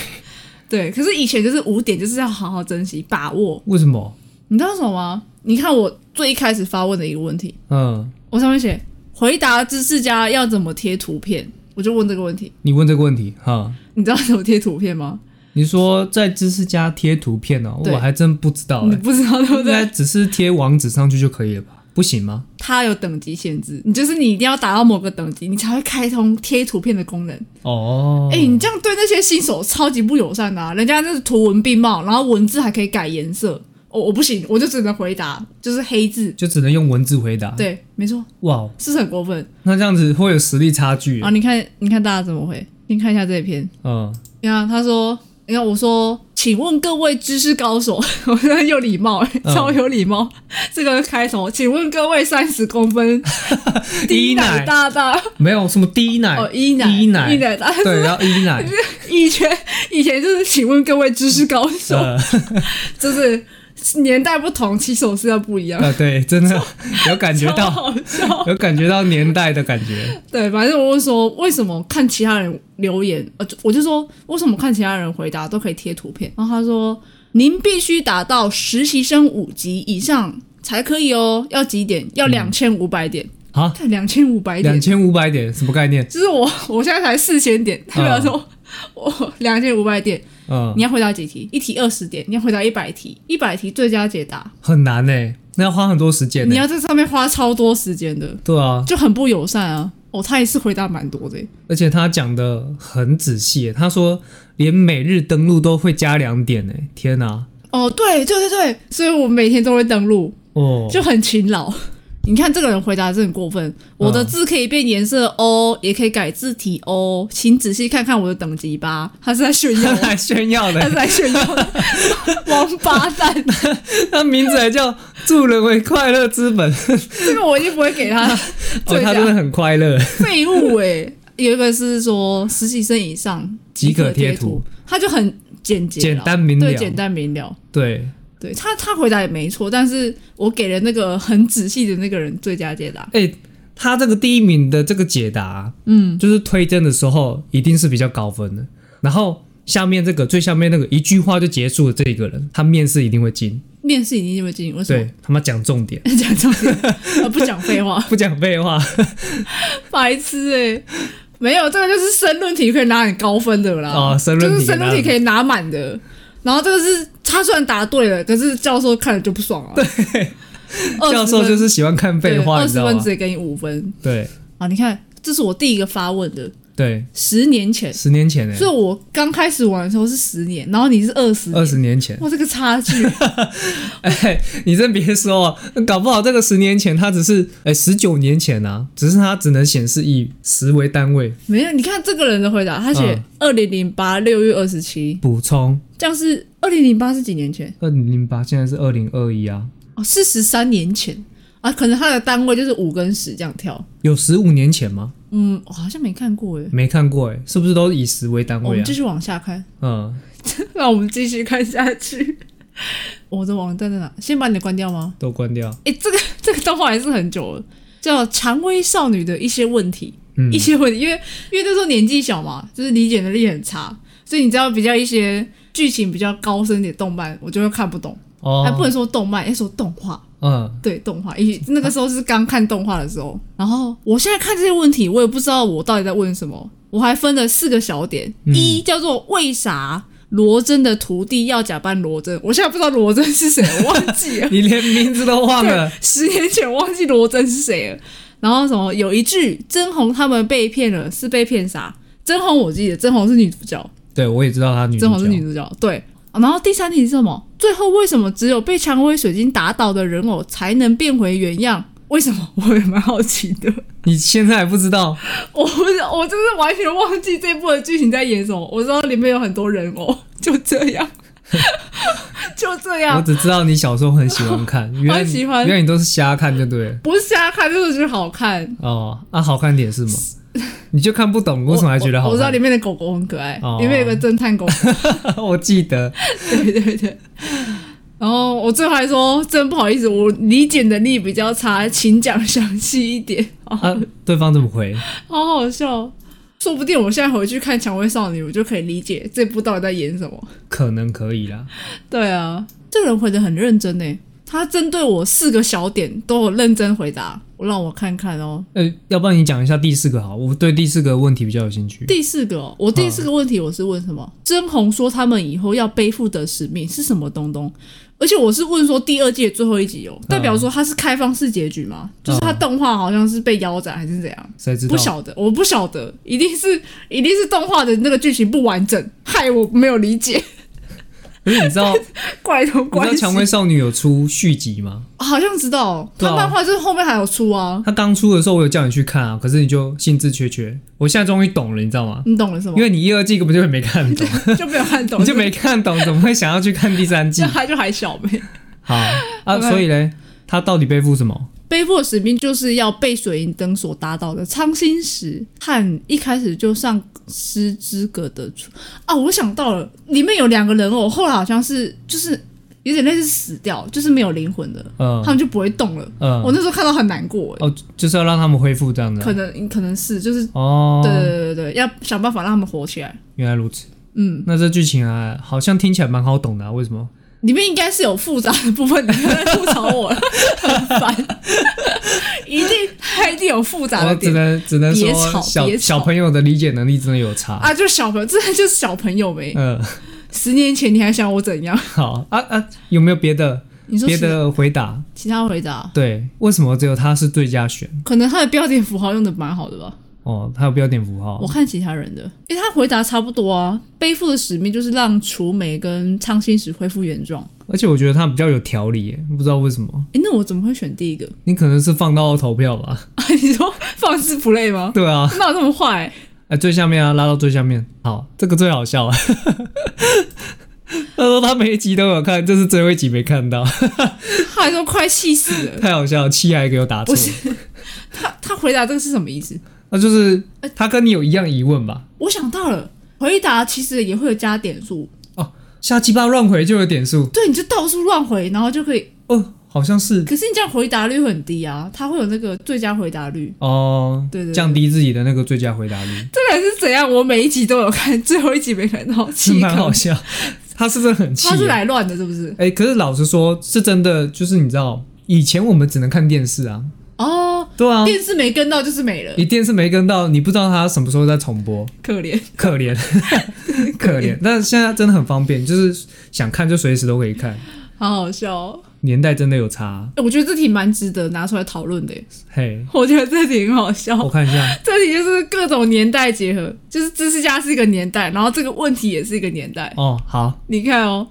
[SPEAKER 1] 对，可是以前就是五点，就是要好好珍惜、把握。
[SPEAKER 2] 为什么？
[SPEAKER 1] 你知道什么吗？你看我最一开始发问的一个问题，
[SPEAKER 2] 嗯，
[SPEAKER 1] 我上面写回答知识家要怎么贴图片，我就问这个问题。
[SPEAKER 2] 你问这个问题哈，
[SPEAKER 1] 你知道怎么贴图片吗？
[SPEAKER 2] 你说在知识家贴图片哦，
[SPEAKER 1] 对
[SPEAKER 2] 我还真不知道
[SPEAKER 1] 你
[SPEAKER 2] 哎、
[SPEAKER 1] 不知道对不
[SPEAKER 2] 应该
[SPEAKER 1] 对？
[SPEAKER 2] 只是贴网址上去就可以了吧？不行吗？
[SPEAKER 1] 它有等级限制，你就是你一定要达到某个等级，你才会开通贴图片的功能。
[SPEAKER 2] 哦，
[SPEAKER 1] 哎、你这样对那些新手超级不友善的、啊，人家那是图文并茂，然后文字还可以改颜色，我、我不行，我就只能回答就是黑字。
[SPEAKER 2] 就只能用文字回答。，
[SPEAKER 1] 对，没错，
[SPEAKER 2] 哇，哦
[SPEAKER 1] 是不是很过分。
[SPEAKER 2] 那这样子会有实力差距
[SPEAKER 1] 然后啊
[SPEAKER 2] 欸。
[SPEAKER 1] 你看，你看大家怎么回？你看一下这一篇，
[SPEAKER 2] 嗯，
[SPEAKER 1] 你看他说，你看我说，请问各位知识高手， 我觉得有礼貌、欸，
[SPEAKER 2] 嗯
[SPEAKER 1] 超有礼貌。这个开头，请问各位三十公分
[SPEAKER 2] 一
[SPEAKER 1] 低
[SPEAKER 2] 奶
[SPEAKER 1] 奶大大
[SPEAKER 2] 没有什么低奶
[SPEAKER 1] 哦，一奶
[SPEAKER 2] 一奶
[SPEAKER 1] 一奶 大。
[SPEAKER 2] 对，然后一奶，
[SPEAKER 1] 以前以前就是，请问各位知识高手，
[SPEAKER 2] 呃
[SPEAKER 1] 就是年代不同，起手式要不一样，
[SPEAKER 2] 呃，对，真的 有感觉
[SPEAKER 1] 超
[SPEAKER 2] 到，
[SPEAKER 1] 好笑。
[SPEAKER 2] 有感觉到年代的感觉。
[SPEAKER 1] 对，反正我就说为什么看其他人留言，呃，就我就说为什么看其他人回答都可以贴图片，然后他说您必须达到实习生五级以上才可以哦，要几点？要两千五百点，
[SPEAKER 2] 啊，
[SPEAKER 1] 看两千五百
[SPEAKER 2] 两
[SPEAKER 1] 点，
[SPEAKER 2] 千五百点什么概念？
[SPEAKER 1] 就是我我现在才四千点，代表说。我两千五百点，
[SPEAKER 2] 嗯
[SPEAKER 1] 你，要回答几题？一题二十点，你要回答一百题，一百题最佳解答，
[SPEAKER 2] 很难呢，那要花很多时间
[SPEAKER 1] 你
[SPEAKER 2] 呢。
[SPEAKER 1] 要在上面花超多时间的。
[SPEAKER 2] 对啊，
[SPEAKER 1] 就很不友善啊。哦，他也是回答蛮多的耶，
[SPEAKER 2] 而且他讲的很仔细，欸他说连每日登录都会加两点呢，欸天哪、
[SPEAKER 1] 哦，对对对对，所以我每天都会登录，
[SPEAKER 2] 哦，
[SPEAKER 1] 就很勤劳。你看这个人回答真的很过分，我的字可以变颜色哦，也可以改字体哦，请仔细看看我的等级吧。他是在炫耀
[SPEAKER 2] 他
[SPEAKER 1] 我，
[SPEAKER 2] 来炫耀
[SPEAKER 1] 他
[SPEAKER 2] 的欸
[SPEAKER 1] 是，在炫耀我，王八蛋！
[SPEAKER 2] 他名字还叫助人为快乐之本，
[SPEAKER 1] 这个我一定不会给他
[SPEAKER 2] 哦，
[SPEAKER 1] 最
[SPEAKER 2] 他
[SPEAKER 1] 佳
[SPEAKER 2] 真的很快乐，
[SPEAKER 1] 废物哎、
[SPEAKER 2] 欸
[SPEAKER 1] 有一个是说实习生以上
[SPEAKER 2] 即可贴
[SPEAKER 1] 贴
[SPEAKER 2] 图，
[SPEAKER 1] 他就很简洁了，
[SPEAKER 2] 简单明了
[SPEAKER 1] 对，简单明了。
[SPEAKER 2] 对，
[SPEAKER 1] 对他，他回答也没错，但是我给了那个很仔细的那个人最佳解答。
[SPEAKER 2] 哎、他这个第一名的这个解答，
[SPEAKER 1] 嗯，
[SPEAKER 2] 就是推甄的时候一定是比较高分的。然后下面这个最下面那个一句话就结束的这一个人，他面试一定会进。
[SPEAKER 1] 面试一定会进，为什么？
[SPEAKER 2] 对他妈讲重点，
[SPEAKER 1] 讲重点， 啊不讲废话，
[SPEAKER 2] 不讲废话。
[SPEAKER 1] 白痴哎、没有，这个就是申论题可以拿很高分的啦。
[SPEAKER 2] 哦申论题
[SPEAKER 1] 就是申论题
[SPEAKER 2] 拿
[SPEAKER 1] 可以拿满的。然后这个是他虽然答对了，可是教授看了就不爽 啊。对，
[SPEAKER 2] 教授就是喜欢看 废话，
[SPEAKER 1] 二
[SPEAKER 2] 你知
[SPEAKER 1] 十
[SPEAKER 2] 道
[SPEAKER 1] 分
[SPEAKER 2] 吗
[SPEAKER 1] 直？接给你五分
[SPEAKER 2] 对
[SPEAKER 1] 啊！你看，这是我第一个发问的，
[SPEAKER 2] 对，
[SPEAKER 1] 十年前，
[SPEAKER 2] 十年前哎
[SPEAKER 1] 所，以我刚开始玩的时候是十年，然后你是二十
[SPEAKER 2] 二
[SPEAKER 1] 年，
[SPEAKER 2] 十年前，
[SPEAKER 1] 哇，这个差距
[SPEAKER 2] 哎，你真别说，搞不好这个十年前他只是哎十九年前啊，只是他只能显示以十为单位。
[SPEAKER 1] 没有。你看这个人的回答，他
[SPEAKER 2] 嗯
[SPEAKER 1] 写二零零八六月二十七，
[SPEAKER 2] 补充，
[SPEAKER 1] 这样是二零零八是几年前？
[SPEAKER 2] 二零零八现在是二零二一啊，
[SPEAKER 1] 哦，四十三年前啊，可能他的单位就是五跟十这样跳。
[SPEAKER 2] 有十五年前吗？
[SPEAKER 1] 嗯，我好像没看过哎、哦
[SPEAKER 2] 没看过哎、是不是都以十为单
[SPEAKER 1] 我
[SPEAKER 2] 位
[SPEAKER 1] 们
[SPEAKER 2] 啊
[SPEAKER 1] 继？续往下看，
[SPEAKER 2] 嗯，
[SPEAKER 1] 那我们继续看下去。 我的网站在哪？先把你的关掉吗？
[SPEAKER 2] 都关掉。
[SPEAKER 1] 哎、这个 这个动画也是很久了，叫《蔷薇少女的一些问题》
[SPEAKER 2] 嗯
[SPEAKER 1] 一，些问题，因为因为那时候年纪小嘛，就是理解能力很差，所以你知道比较一些剧情比较高深一点的动漫，我就会看不懂。哎、不
[SPEAKER 2] 哦，
[SPEAKER 1] 能说动漫，要说动画。
[SPEAKER 2] 嗯，
[SPEAKER 1] 对动画，也那个时候是刚看动画的时候，然后我现在看这些问题，我也不知道我到底在问什么，我还分了四个小点，
[SPEAKER 2] 嗯，
[SPEAKER 1] 一叫做为啥罗真的徒弟要假扮罗真，我现在不知道罗真是谁，我忘记了
[SPEAKER 2] 你连名字都忘了
[SPEAKER 1] 对，十年前我忘记罗真是谁了。然后什么有一句真红他们被骗了，是被骗啥？真红我记得真红是女主角，
[SPEAKER 2] 对我也知道她女主
[SPEAKER 1] 真红是女
[SPEAKER 2] 角。
[SPEAKER 1] 主角，对。然后第三题是什么？最后为什么只有被蔷薇水晶打倒的人偶才能变回原样？为什么？我也蛮好奇的。
[SPEAKER 2] 你现在还不知道？
[SPEAKER 1] 我不是，我真是完全忘记这部的剧情在演什么。我知道里面有很多人偶， 就这样，就这
[SPEAKER 2] 我
[SPEAKER 1] 样，
[SPEAKER 2] 只知道你小时候很喜 欢看，原来你
[SPEAKER 1] 啊喜欢
[SPEAKER 2] 原来你都是瞎看就对了。
[SPEAKER 1] 不是瞎看，就是觉得好看。
[SPEAKER 2] 哦，啊，好看点是吗？ 你就看不懂，为什么还觉得
[SPEAKER 1] 我？
[SPEAKER 2] 好
[SPEAKER 1] 我知道
[SPEAKER 2] 看
[SPEAKER 1] 里？面的狗狗很可爱，
[SPEAKER 2] 哦
[SPEAKER 1] 里面有个侦探狗 狗，
[SPEAKER 2] 我记得，
[SPEAKER 1] 对对对。然后我最后还说，真不好意思，我理解能力比较差，请讲详细一点。
[SPEAKER 2] 啊，对方怎么回？
[SPEAKER 1] 好好笑。说不定我现在回去看《蔷薇少女》，我就可以理解这部到底在演什么。
[SPEAKER 2] 可能可以啦。
[SPEAKER 1] 对啊，这个人回的很认真呢，他针对我四个小点都有认真回答。我让我看看哦，
[SPEAKER 2] 呃，要不然你讲一下第四个好，我对第四个问题比较有兴趣。
[SPEAKER 1] 第四个哦、我第四个问题我是问什
[SPEAKER 2] 嗯
[SPEAKER 1] 么？真红说他们以后要背负的使命是什么东东？而且我是问说第二季的最后一集哦，代表说它是开放式结局吗？就是它动画好像是被腰斩还是怎样？
[SPEAKER 2] 谁嗯知道？
[SPEAKER 1] 不晓得，我不晓得，一定是一定是动画的那个剧情不完整，害我没有理解
[SPEAKER 2] 可是你知道，你
[SPEAKER 1] 怪头
[SPEAKER 2] 知道
[SPEAKER 1] 关
[SPEAKER 2] 《
[SPEAKER 1] 系
[SPEAKER 2] 蔷。薇少女》有出续集吗？
[SPEAKER 1] 好像知道，
[SPEAKER 2] 对
[SPEAKER 1] 他
[SPEAKER 2] 啊
[SPEAKER 1] 漫画就是后面还有出 啊，
[SPEAKER 2] 它刚出的时候，我有叫你去看啊，可是你就兴致缺缺。我现在终于懂了，你知道吗？
[SPEAKER 1] 你懂了什么
[SPEAKER 2] 啊因？为你一、二季根本就没看 懂，
[SPEAKER 1] 就没有看懂，
[SPEAKER 2] 你就没看懂，怎么会想要去看第三季
[SPEAKER 1] 就？还就还小呗。
[SPEAKER 2] 好啊，
[SPEAKER 1] 对
[SPEAKER 2] 所以嘞，他到底背负什么？
[SPEAKER 1] 背负的使命就是要被水银灯所打倒的苍心石和一开始就上失之格的主啊，我想到了，里面有两个人哦偶，后来好像是就是有点类似死掉，就是没有灵魂的，
[SPEAKER 2] 嗯
[SPEAKER 1] 他们就不会动了。
[SPEAKER 2] 嗯
[SPEAKER 1] 我，那时候看到很难过，欸
[SPEAKER 2] 哦，就是要让他们恢复这样的
[SPEAKER 1] 可。能可能是就是
[SPEAKER 2] 哦，
[SPEAKER 1] 对对对对，要想办法让他们火起来。
[SPEAKER 2] 原来如此。
[SPEAKER 1] 嗯，
[SPEAKER 2] 那这剧情啊，好像听起来蛮好懂的、啊，为什么？
[SPEAKER 1] 里面应该是有复杂的部分，你不要再吐槽我了，很 烦。一定它一定有复杂
[SPEAKER 2] 我
[SPEAKER 1] 的
[SPEAKER 2] 哦只
[SPEAKER 1] 点
[SPEAKER 2] 能只能
[SPEAKER 1] 别
[SPEAKER 2] 说
[SPEAKER 1] 吵
[SPEAKER 2] 小
[SPEAKER 1] 别吵
[SPEAKER 2] 小朋友的理解能力真的有差。
[SPEAKER 1] 啊，就是小朋友，这就是小朋友呗。
[SPEAKER 2] 嗯，
[SPEAKER 1] 十年前你还想我怎样？
[SPEAKER 2] 好啊啊，有没有别的
[SPEAKER 1] 你说
[SPEAKER 2] 别
[SPEAKER 1] 其
[SPEAKER 2] 的回答？
[SPEAKER 1] 其他回答，
[SPEAKER 2] 对，为什么只有他是最佳选？
[SPEAKER 1] 可能他的标点符号用的蛮好的吧。
[SPEAKER 2] 哦，他有标点符号
[SPEAKER 1] 我。看其他人的，因为他回答差不多啊。背负的使命就是让楚美跟苍心石恢复原状。
[SPEAKER 2] 而且我觉得他比较有条理耶，不知道为什么。
[SPEAKER 1] 诶，那我怎么会选第一个？
[SPEAKER 2] 你可能是放到投票吧？
[SPEAKER 1] 啊、你说放肆 play 吗？
[SPEAKER 2] 对啊，
[SPEAKER 1] 那我这么坏、
[SPEAKER 2] 哎，最下面啊，拉到最下面。好，这个最好笑啊。 他说他每一集都有看，这是最后一集没看到，
[SPEAKER 1] 他还说快气死了。
[SPEAKER 2] 太好笑了，七还给我打
[SPEAKER 1] 不。
[SPEAKER 2] 错
[SPEAKER 1] 是， 他他回答这个是什么意思？
[SPEAKER 2] 那就是
[SPEAKER 1] 哎
[SPEAKER 2] 他跟你有一样疑问吧？
[SPEAKER 1] 我想到了，回答其实也会有加点数，
[SPEAKER 2] 瞎鸡巴乱回就有点数
[SPEAKER 1] 对，你就到处乱回，然后就可以
[SPEAKER 2] 哦。好像是
[SPEAKER 1] 可是你这样回答率很低啊，它会有那个最佳回答率。
[SPEAKER 2] 哦，
[SPEAKER 1] 对对对
[SPEAKER 2] 降低自己的那个最佳回 答率，
[SPEAKER 1] 这个人是怎样？我每一集都有看，最后一集没看到，
[SPEAKER 2] 是
[SPEAKER 1] 气
[SPEAKER 2] 蛮好
[SPEAKER 1] 坑。
[SPEAKER 2] 笑。他是不是很气、啊？
[SPEAKER 1] 他是来乱的，是不是？
[SPEAKER 2] 哎、可是老实说，是真的，就是你知道，以前我们只能看电视啊，
[SPEAKER 1] 哦，
[SPEAKER 2] 对啊，嗯
[SPEAKER 1] 电视没跟到就是没了，
[SPEAKER 2] 你电视没跟到，你不知道它什么时候在重播，
[SPEAKER 1] 可怜。
[SPEAKER 2] 可怜，可怜。但现在真的很方便，就是想看就随时都可以看，
[SPEAKER 1] 好好笑、哦
[SPEAKER 2] 年代真的有差。
[SPEAKER 1] 欸我觉得这题蛮值得拿出来讨论的耶。
[SPEAKER 2] 嘿，
[SPEAKER 1] 我觉得这题很好笑，
[SPEAKER 2] 我看一下，
[SPEAKER 1] 这题就是各种年代结合，就是知识家是一个年代，然后这个问题也是一个年代。
[SPEAKER 2] 哦，好，
[SPEAKER 1] 你看哦，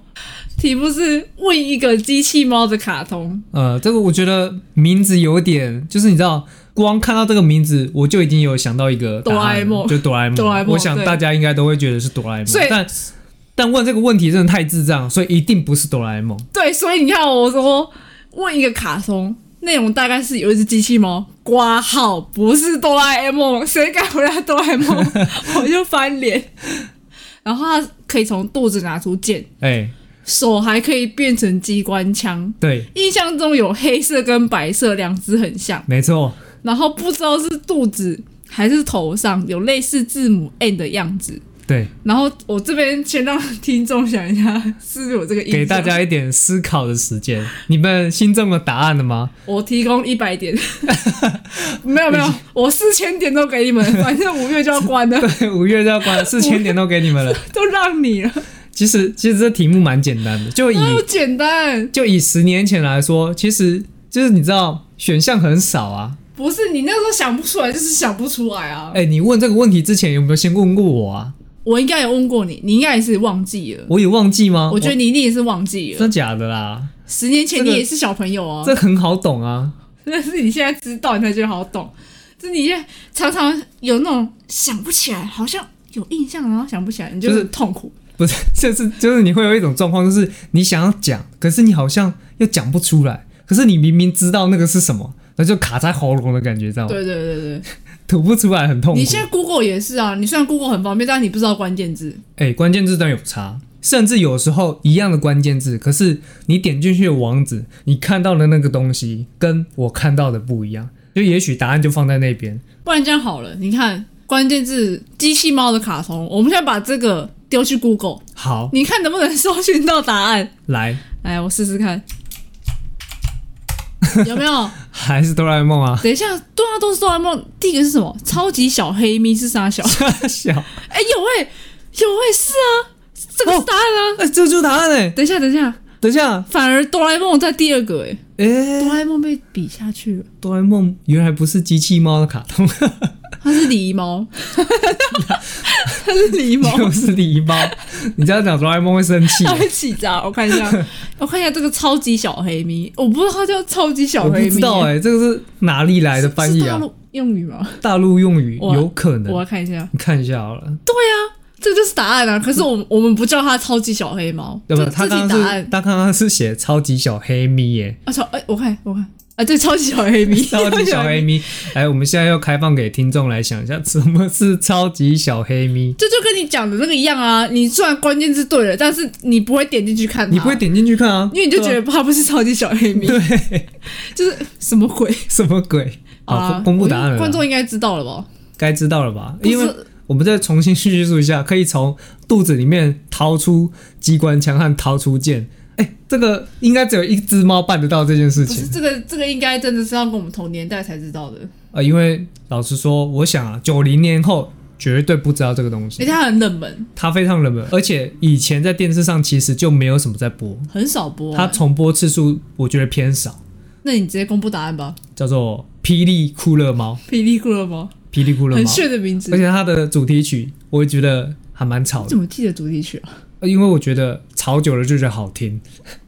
[SPEAKER 1] 题目是问一个机器猫的卡通，
[SPEAKER 2] 呃，这个我觉得名字有点，就是你知道，光看到这个名字，我就已经有想到一个
[SPEAKER 1] 哆
[SPEAKER 2] 答案
[SPEAKER 1] 啦 A 梦
[SPEAKER 2] 就哆啦 A 梦。
[SPEAKER 1] 哆啦 A 梦
[SPEAKER 2] 我想
[SPEAKER 1] 对
[SPEAKER 2] 大家应该都会觉得是哆啦 A 梦
[SPEAKER 1] 所以，
[SPEAKER 2] 但但问这个问题真的太智障，所以一定不是哆啦 A 梦。
[SPEAKER 1] 对，所以你看我说问一个卡通。内容大概是有一只机器猫，挂号不是哆啦 A 梦， 谁敢回答哆啦 A 梦，我就翻脸。然后它可以从肚子拿出剑，
[SPEAKER 2] 哎、
[SPEAKER 1] 手还可以变成机关枪。
[SPEAKER 2] 对，
[SPEAKER 1] 印象中有黑色跟白色两只很像，
[SPEAKER 2] 没错，
[SPEAKER 1] 然后不知道是肚子还是头上有类似字母 N 的样子。
[SPEAKER 2] 对，
[SPEAKER 1] 然后我这边先让听众想一下，是不是有这个印象？
[SPEAKER 2] 给大，家一点思考的时间。你们心中有答案了吗？
[SPEAKER 1] 我提供一百 点，没有没有，我四千点都给 你们，反正五月就要关了，
[SPEAKER 2] 对，五月就要关了，四千点都给你 们了。
[SPEAKER 1] 都让你了，
[SPEAKER 2] 其实，其实这题目蛮简单的，就以
[SPEAKER 1] 那么简单。
[SPEAKER 2] 就以十年前来说，其实就是你知道选项很少啊。
[SPEAKER 1] 不是你那时候想不出来，就是想不出来啊。
[SPEAKER 2] 哎、你问这个问题之前有没有先问过我啊？
[SPEAKER 1] 我应该有问过你，你应该也是忘记了。
[SPEAKER 2] 我有忘记吗？
[SPEAKER 1] 我觉得啊你一定也是忘记了
[SPEAKER 2] 真。的假的啦，
[SPEAKER 1] 十年前
[SPEAKER 2] 哦
[SPEAKER 1] 你
[SPEAKER 2] 这个
[SPEAKER 1] 也是小朋友哦、
[SPEAKER 2] 这很好懂啊。
[SPEAKER 1] 但是你现在知道，你才觉得好懂。就是你现在常常有那种想不起来，好像有印象，然后想不起来，你就
[SPEAKER 2] 就是是
[SPEAKER 1] 痛苦。
[SPEAKER 2] 不是， 就是就是你会有一种状况，就是你想要讲，可是你好像又讲不出来，可是你明明知道那个是什么，那就卡在喉咙的感觉，知道吗？
[SPEAKER 1] 对对对对，
[SPEAKER 2] 吐不出来，很痛苦。
[SPEAKER 1] 你现在 Google 也是啊，你虽然 Google 很方便，但你不知道关键字。
[SPEAKER 2] 哎、关键字当然有差，甚至有时候一样的关键字，可是你点进去的网址，你看到的那个东西跟我看到的不一样，就也许答案就放在那边。
[SPEAKER 1] 不然这样好了，你看关键字“机器猫”的卡通，我们现在把这个丢去 Google，
[SPEAKER 2] 好，
[SPEAKER 1] 你看能不能搜寻到答案？
[SPEAKER 2] 来，
[SPEAKER 1] 来，我试试看，有没有？
[SPEAKER 2] 还是哆啦 A 梦啊，
[SPEAKER 1] 等一下，对啊，都是哆啦 A 梦。第一个是什么？超级小黑咪是啥小？
[SPEAKER 2] 笑，
[SPEAKER 1] 哎、有哎、有哎、是啊，这个是答案啊。
[SPEAKER 2] 哎、这就是答案哎、
[SPEAKER 1] 等一下，等一下，
[SPEAKER 2] 等一下，
[SPEAKER 1] 反而哆啦 A 梦在第二个哎、
[SPEAKER 2] 哎、
[SPEAKER 1] 哆啦 A 梦被比下去了，
[SPEAKER 2] 哆啦 A 梦原来不是机器猫的卡通，
[SPEAKER 1] 它是狸猫， 它是 哎狸猫，
[SPEAKER 2] 就是狸猫。 你这样讲哆啦 A 梦会生 气
[SPEAKER 1] 它，会起炸。我看一下， 我看一下这个超级小黑咪，我不知道它叫超级小
[SPEAKER 2] 我不
[SPEAKER 1] 黑咪、
[SPEAKER 2] 知道哎、这个是哪里来的翻
[SPEAKER 1] 是
[SPEAKER 2] 译
[SPEAKER 1] 大
[SPEAKER 2] 啊？嗯
[SPEAKER 1] 陆用语吗？
[SPEAKER 2] 大陆用语
[SPEAKER 1] 我
[SPEAKER 2] 有可能
[SPEAKER 1] 我，要看一下，
[SPEAKER 2] 你看一下好了。
[SPEAKER 1] 这就是答案啊。可是我们我们不叫它超级小黑猫，
[SPEAKER 2] 嗯对不
[SPEAKER 1] 这，
[SPEAKER 2] 他
[SPEAKER 1] 这题
[SPEAKER 2] 刚刚
[SPEAKER 1] 答
[SPEAKER 2] 是
[SPEAKER 1] 案。
[SPEAKER 2] 他刚刚是写超级小黑咪 耶，
[SPEAKER 1] 啊，小哎、我看我看啊，对，超级小黑咪，
[SPEAKER 2] 超级小黑咪。来，我们现在要开放给听众来想一下，什么是超级小黑咪？
[SPEAKER 1] 这就跟你讲的那个一样啊！你虽然关键字对了，但是你不会点进去看它，
[SPEAKER 2] 你不会，点进去看啊，
[SPEAKER 1] 因为你就觉
[SPEAKER 2] 对啊
[SPEAKER 1] 得它不是超级小黑米，
[SPEAKER 2] 对
[SPEAKER 1] 就是什么鬼
[SPEAKER 2] 什么鬼？好，
[SPEAKER 1] 啊
[SPEAKER 2] 公？公布答案
[SPEAKER 1] 我觉得
[SPEAKER 2] 了
[SPEAKER 1] 观
[SPEAKER 2] 啦，
[SPEAKER 1] 众应该知道了吧？
[SPEAKER 2] 该知道了吧？
[SPEAKER 1] 不是
[SPEAKER 2] 因为我们再重新叙述一下，可以从肚子里面掏出机关枪和掏出剑。哎，这个应该只有一只猫办得到这件事
[SPEAKER 1] 不是
[SPEAKER 2] 情
[SPEAKER 1] 这个，这个应该真的是要跟我们同年代才知道的，
[SPEAKER 2] 啊，因为老实说，我想啊，九零年后绝对不知道这个东西
[SPEAKER 1] 而且。它哎很冷门，
[SPEAKER 2] 它非常冷门，而且以前在电视上其实就没有什么在播，
[SPEAKER 1] 很少播、
[SPEAKER 2] 它
[SPEAKER 1] 啊。
[SPEAKER 2] 重播次数我觉得偏少，
[SPEAKER 1] 那你直接公布答案吧，
[SPEAKER 2] 叫做《霹雳酷乐猫》，
[SPEAKER 1] 霹雳骷髅吗？
[SPEAKER 2] 霹雳酷乐
[SPEAKER 1] 很
[SPEAKER 2] 猫，
[SPEAKER 1] 炫的名字
[SPEAKER 2] 而，且它的主题曲我觉得还蛮吵
[SPEAKER 1] 你
[SPEAKER 2] 的
[SPEAKER 1] 怎，么记得主题曲啊？
[SPEAKER 2] 因为我觉得吵久了就觉得好听，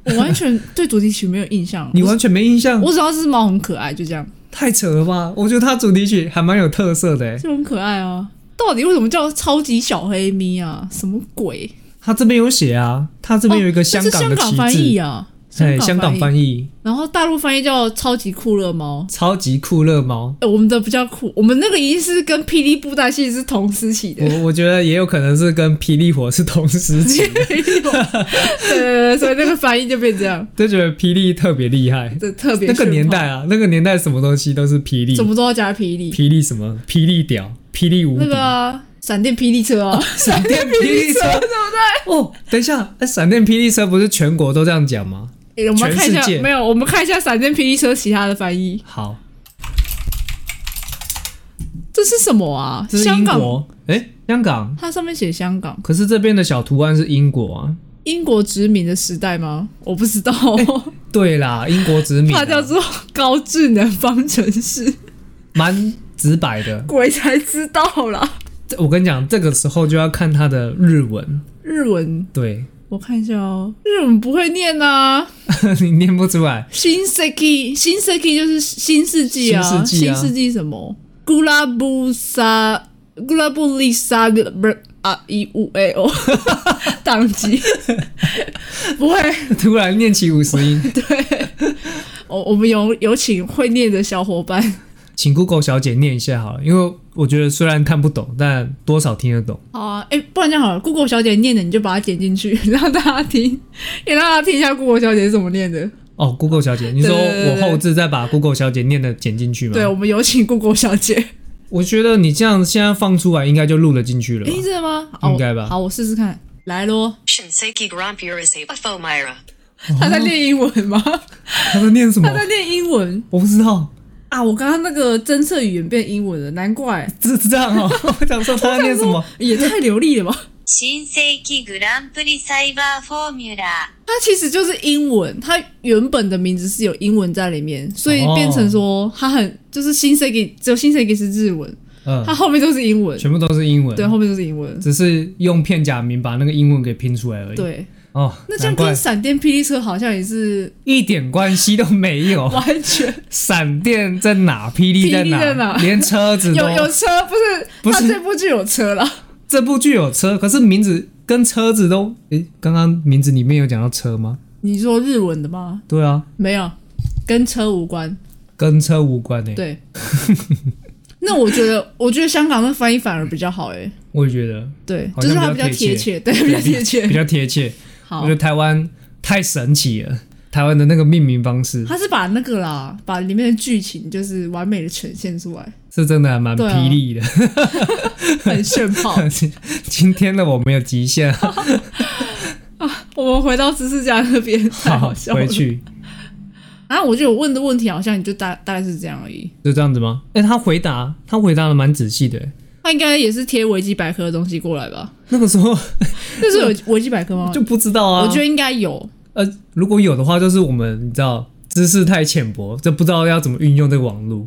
[SPEAKER 1] 我完 全对主题曲没有印象，啊
[SPEAKER 2] 你完全没印象，
[SPEAKER 1] 我只知道是猫很可爱，就这样，
[SPEAKER 2] 太扯了吧？我觉得它主题曲还蛮有特色的欸诶，
[SPEAKER 1] 就很可爱啊。到底为什么叫超级小黑咪啊？什么鬼？哦
[SPEAKER 2] 它这边有写啊，它这边有一个
[SPEAKER 1] 这
[SPEAKER 2] 香
[SPEAKER 1] 是
[SPEAKER 2] 港
[SPEAKER 1] 香
[SPEAKER 2] 的
[SPEAKER 1] 港
[SPEAKER 2] 旗
[SPEAKER 1] 翻译
[SPEAKER 2] 帜，
[SPEAKER 1] 啊，
[SPEAKER 2] 哎，香港
[SPEAKER 1] 译，
[SPEAKER 2] 翻译
[SPEAKER 1] 然后大陆翻译叫超级酷乐猫。
[SPEAKER 2] 超级酷乐猫，
[SPEAKER 1] 哎，我们的比较酷，我们那个已经是跟霹雳布袋戏是同时期的。
[SPEAKER 2] 我我觉得也有可能是跟霹雳火是同 时期的，
[SPEAKER 1] 对对 对，所以那个翻译就变这样，
[SPEAKER 2] 就觉得霹雳特别厉害。
[SPEAKER 1] 这特别
[SPEAKER 2] 那个
[SPEAKER 1] 炫
[SPEAKER 2] 年
[SPEAKER 1] 炮
[SPEAKER 2] 代啊，那个年代什么东西都是霹雳，
[SPEAKER 1] 怎么都要加霹雳，
[SPEAKER 2] 霹雳什么霹雳屌，霹雳无敌，
[SPEAKER 1] 那个啊闪电霹雳车啊，
[SPEAKER 2] 哦闪 电霹雳车，对不对？哦，等一下，那闪电霹雳车不是全国都这样讲吗？
[SPEAKER 1] 诶欸我们看一
[SPEAKER 2] 全世界
[SPEAKER 1] 下，没有，我们看一下闪电霹雳车其他的翻译，
[SPEAKER 2] 好，
[SPEAKER 1] 这是什么啊？
[SPEAKER 2] 这是
[SPEAKER 1] 香
[SPEAKER 2] 英
[SPEAKER 1] 港，
[SPEAKER 2] 国，哎，香港，
[SPEAKER 1] 它上面写香港，
[SPEAKER 2] 可是这边的小图案是英国啊。
[SPEAKER 1] 英国殖民的时代吗？我不 知道，
[SPEAKER 2] 对啦，英国殖民啊、
[SPEAKER 1] 它叫做高智能方程式，
[SPEAKER 2] 蛮直白的。
[SPEAKER 1] 鬼才知道啦。
[SPEAKER 2] 这我跟你讲，这个时候就要看它的日文。
[SPEAKER 1] 日文
[SPEAKER 2] 对
[SPEAKER 1] 我看一下哦，日文不会念啊。
[SPEAKER 2] 你念不出来，
[SPEAKER 1] 新世纪，新世纪就是新世纪啊，
[SPEAKER 2] 新世纪啊
[SPEAKER 1] 什么？古拉布萨，古拉布利萨，不是啊，一五 A O，宕机，不会，
[SPEAKER 2] 突然念起五十音，
[SPEAKER 1] 我我们有有请会念的小伙伴。
[SPEAKER 2] 请 Google 小姐念一下好了，因为我觉得虽然看不懂，但多少听得懂。
[SPEAKER 1] 好啊，哎、不然这样好了，Google 小姐念的你就把它剪进去， 让大家听，也让大家听一下 Google 小姐是怎么念的。
[SPEAKER 2] 哦，Google 小姐，你说
[SPEAKER 1] 对对对
[SPEAKER 2] 我
[SPEAKER 1] 对
[SPEAKER 2] 后置再把 Google 小姐念的剪进去吗？
[SPEAKER 1] 对，我，们有请 Google 小姐。
[SPEAKER 2] 我觉得你这样现在放出来，应该就录了进去了吧
[SPEAKER 1] 哎、。真的吗？好
[SPEAKER 2] 应该吧哦
[SPEAKER 1] 好，我试试看。来咯，
[SPEAKER 3] Shinseki Grampurase Afomira.
[SPEAKER 1] 她在念英文吗？
[SPEAKER 2] 他在念什么
[SPEAKER 1] 她？在念英文。
[SPEAKER 2] 我不知道，
[SPEAKER 1] 啊，我刚刚那个侦测语言变英文了，难怪
[SPEAKER 2] 是这样哦。 我想说他在念什 么？
[SPEAKER 1] 也太流利了吧？
[SPEAKER 4] 新世紀グランプリサイバーフォーミュラー
[SPEAKER 1] 它其实就是英文，它原本的名字是有英文在里面，所以变成说它很就是新 s e g 只有新 s e g 是日文，
[SPEAKER 2] 嗯
[SPEAKER 1] 它，后面都是英文，
[SPEAKER 2] 全部都是英文。
[SPEAKER 1] 对，后面都是英文，
[SPEAKER 2] 只是用片假名把那个英文给拼出来而已。，
[SPEAKER 1] 对。
[SPEAKER 2] 哦，
[SPEAKER 1] 那这样
[SPEAKER 2] 难怪
[SPEAKER 1] 跟闪电霹雳车好像也是
[SPEAKER 2] 一点关系都没有。
[SPEAKER 1] 完 全
[SPEAKER 2] 闪电在哪？霹雳在
[SPEAKER 1] 霹雳在哪
[SPEAKER 2] 连车子都
[SPEAKER 1] 有有啊车，不是？
[SPEAKER 2] 不是
[SPEAKER 1] 它这部剧有车了，
[SPEAKER 2] 这部剧有车，可是名字跟车子都……诶，刚刚名字里面有讲到车吗？
[SPEAKER 1] 你说日文的吗？
[SPEAKER 2] 对啊，
[SPEAKER 1] 没有，跟车无关。
[SPEAKER 2] 跟车无关诶、
[SPEAKER 1] 对， 那我觉得，我觉得香港的翻译反而比较好哎、
[SPEAKER 2] 我也觉 得
[SPEAKER 1] 对，
[SPEAKER 2] 好
[SPEAKER 1] 就是它
[SPEAKER 2] 像
[SPEAKER 1] 比
[SPEAKER 2] 比较
[SPEAKER 1] 较贴
[SPEAKER 2] 贴
[SPEAKER 1] 切，对，比较贴
[SPEAKER 2] 比
[SPEAKER 1] 切。
[SPEAKER 2] 较贴切。我
[SPEAKER 1] 好
[SPEAKER 2] 觉，得台湾太神奇了，台湾的那个命名方 式
[SPEAKER 1] 它是把那个啦，把里面的剧情就是完美的呈现出 来，
[SPEAKER 2] 是真的还蛮
[SPEAKER 1] 对啊哦
[SPEAKER 2] 霹雳的。
[SPEAKER 1] 很炫炮。
[SPEAKER 2] 今天的我没有极限，啊
[SPEAKER 1] 我们回到知识家那边，太 好笑了。
[SPEAKER 2] 回去
[SPEAKER 1] 啊，我觉得我问的问题好像你就大大概是这样而已。
[SPEAKER 2] 就这样子吗？诶，他回答他回答的蛮仔细的、诶
[SPEAKER 1] 他应该也是贴维基百科的东西过来吧？
[SPEAKER 2] 那个时候
[SPEAKER 1] 那是有维基百科吗？
[SPEAKER 2] 就不知道啊。
[SPEAKER 1] 我觉得应该有，
[SPEAKER 2] 呃，如果有的话，就是我们你知道知识太浅薄，就不知道要怎么运用这个 网络，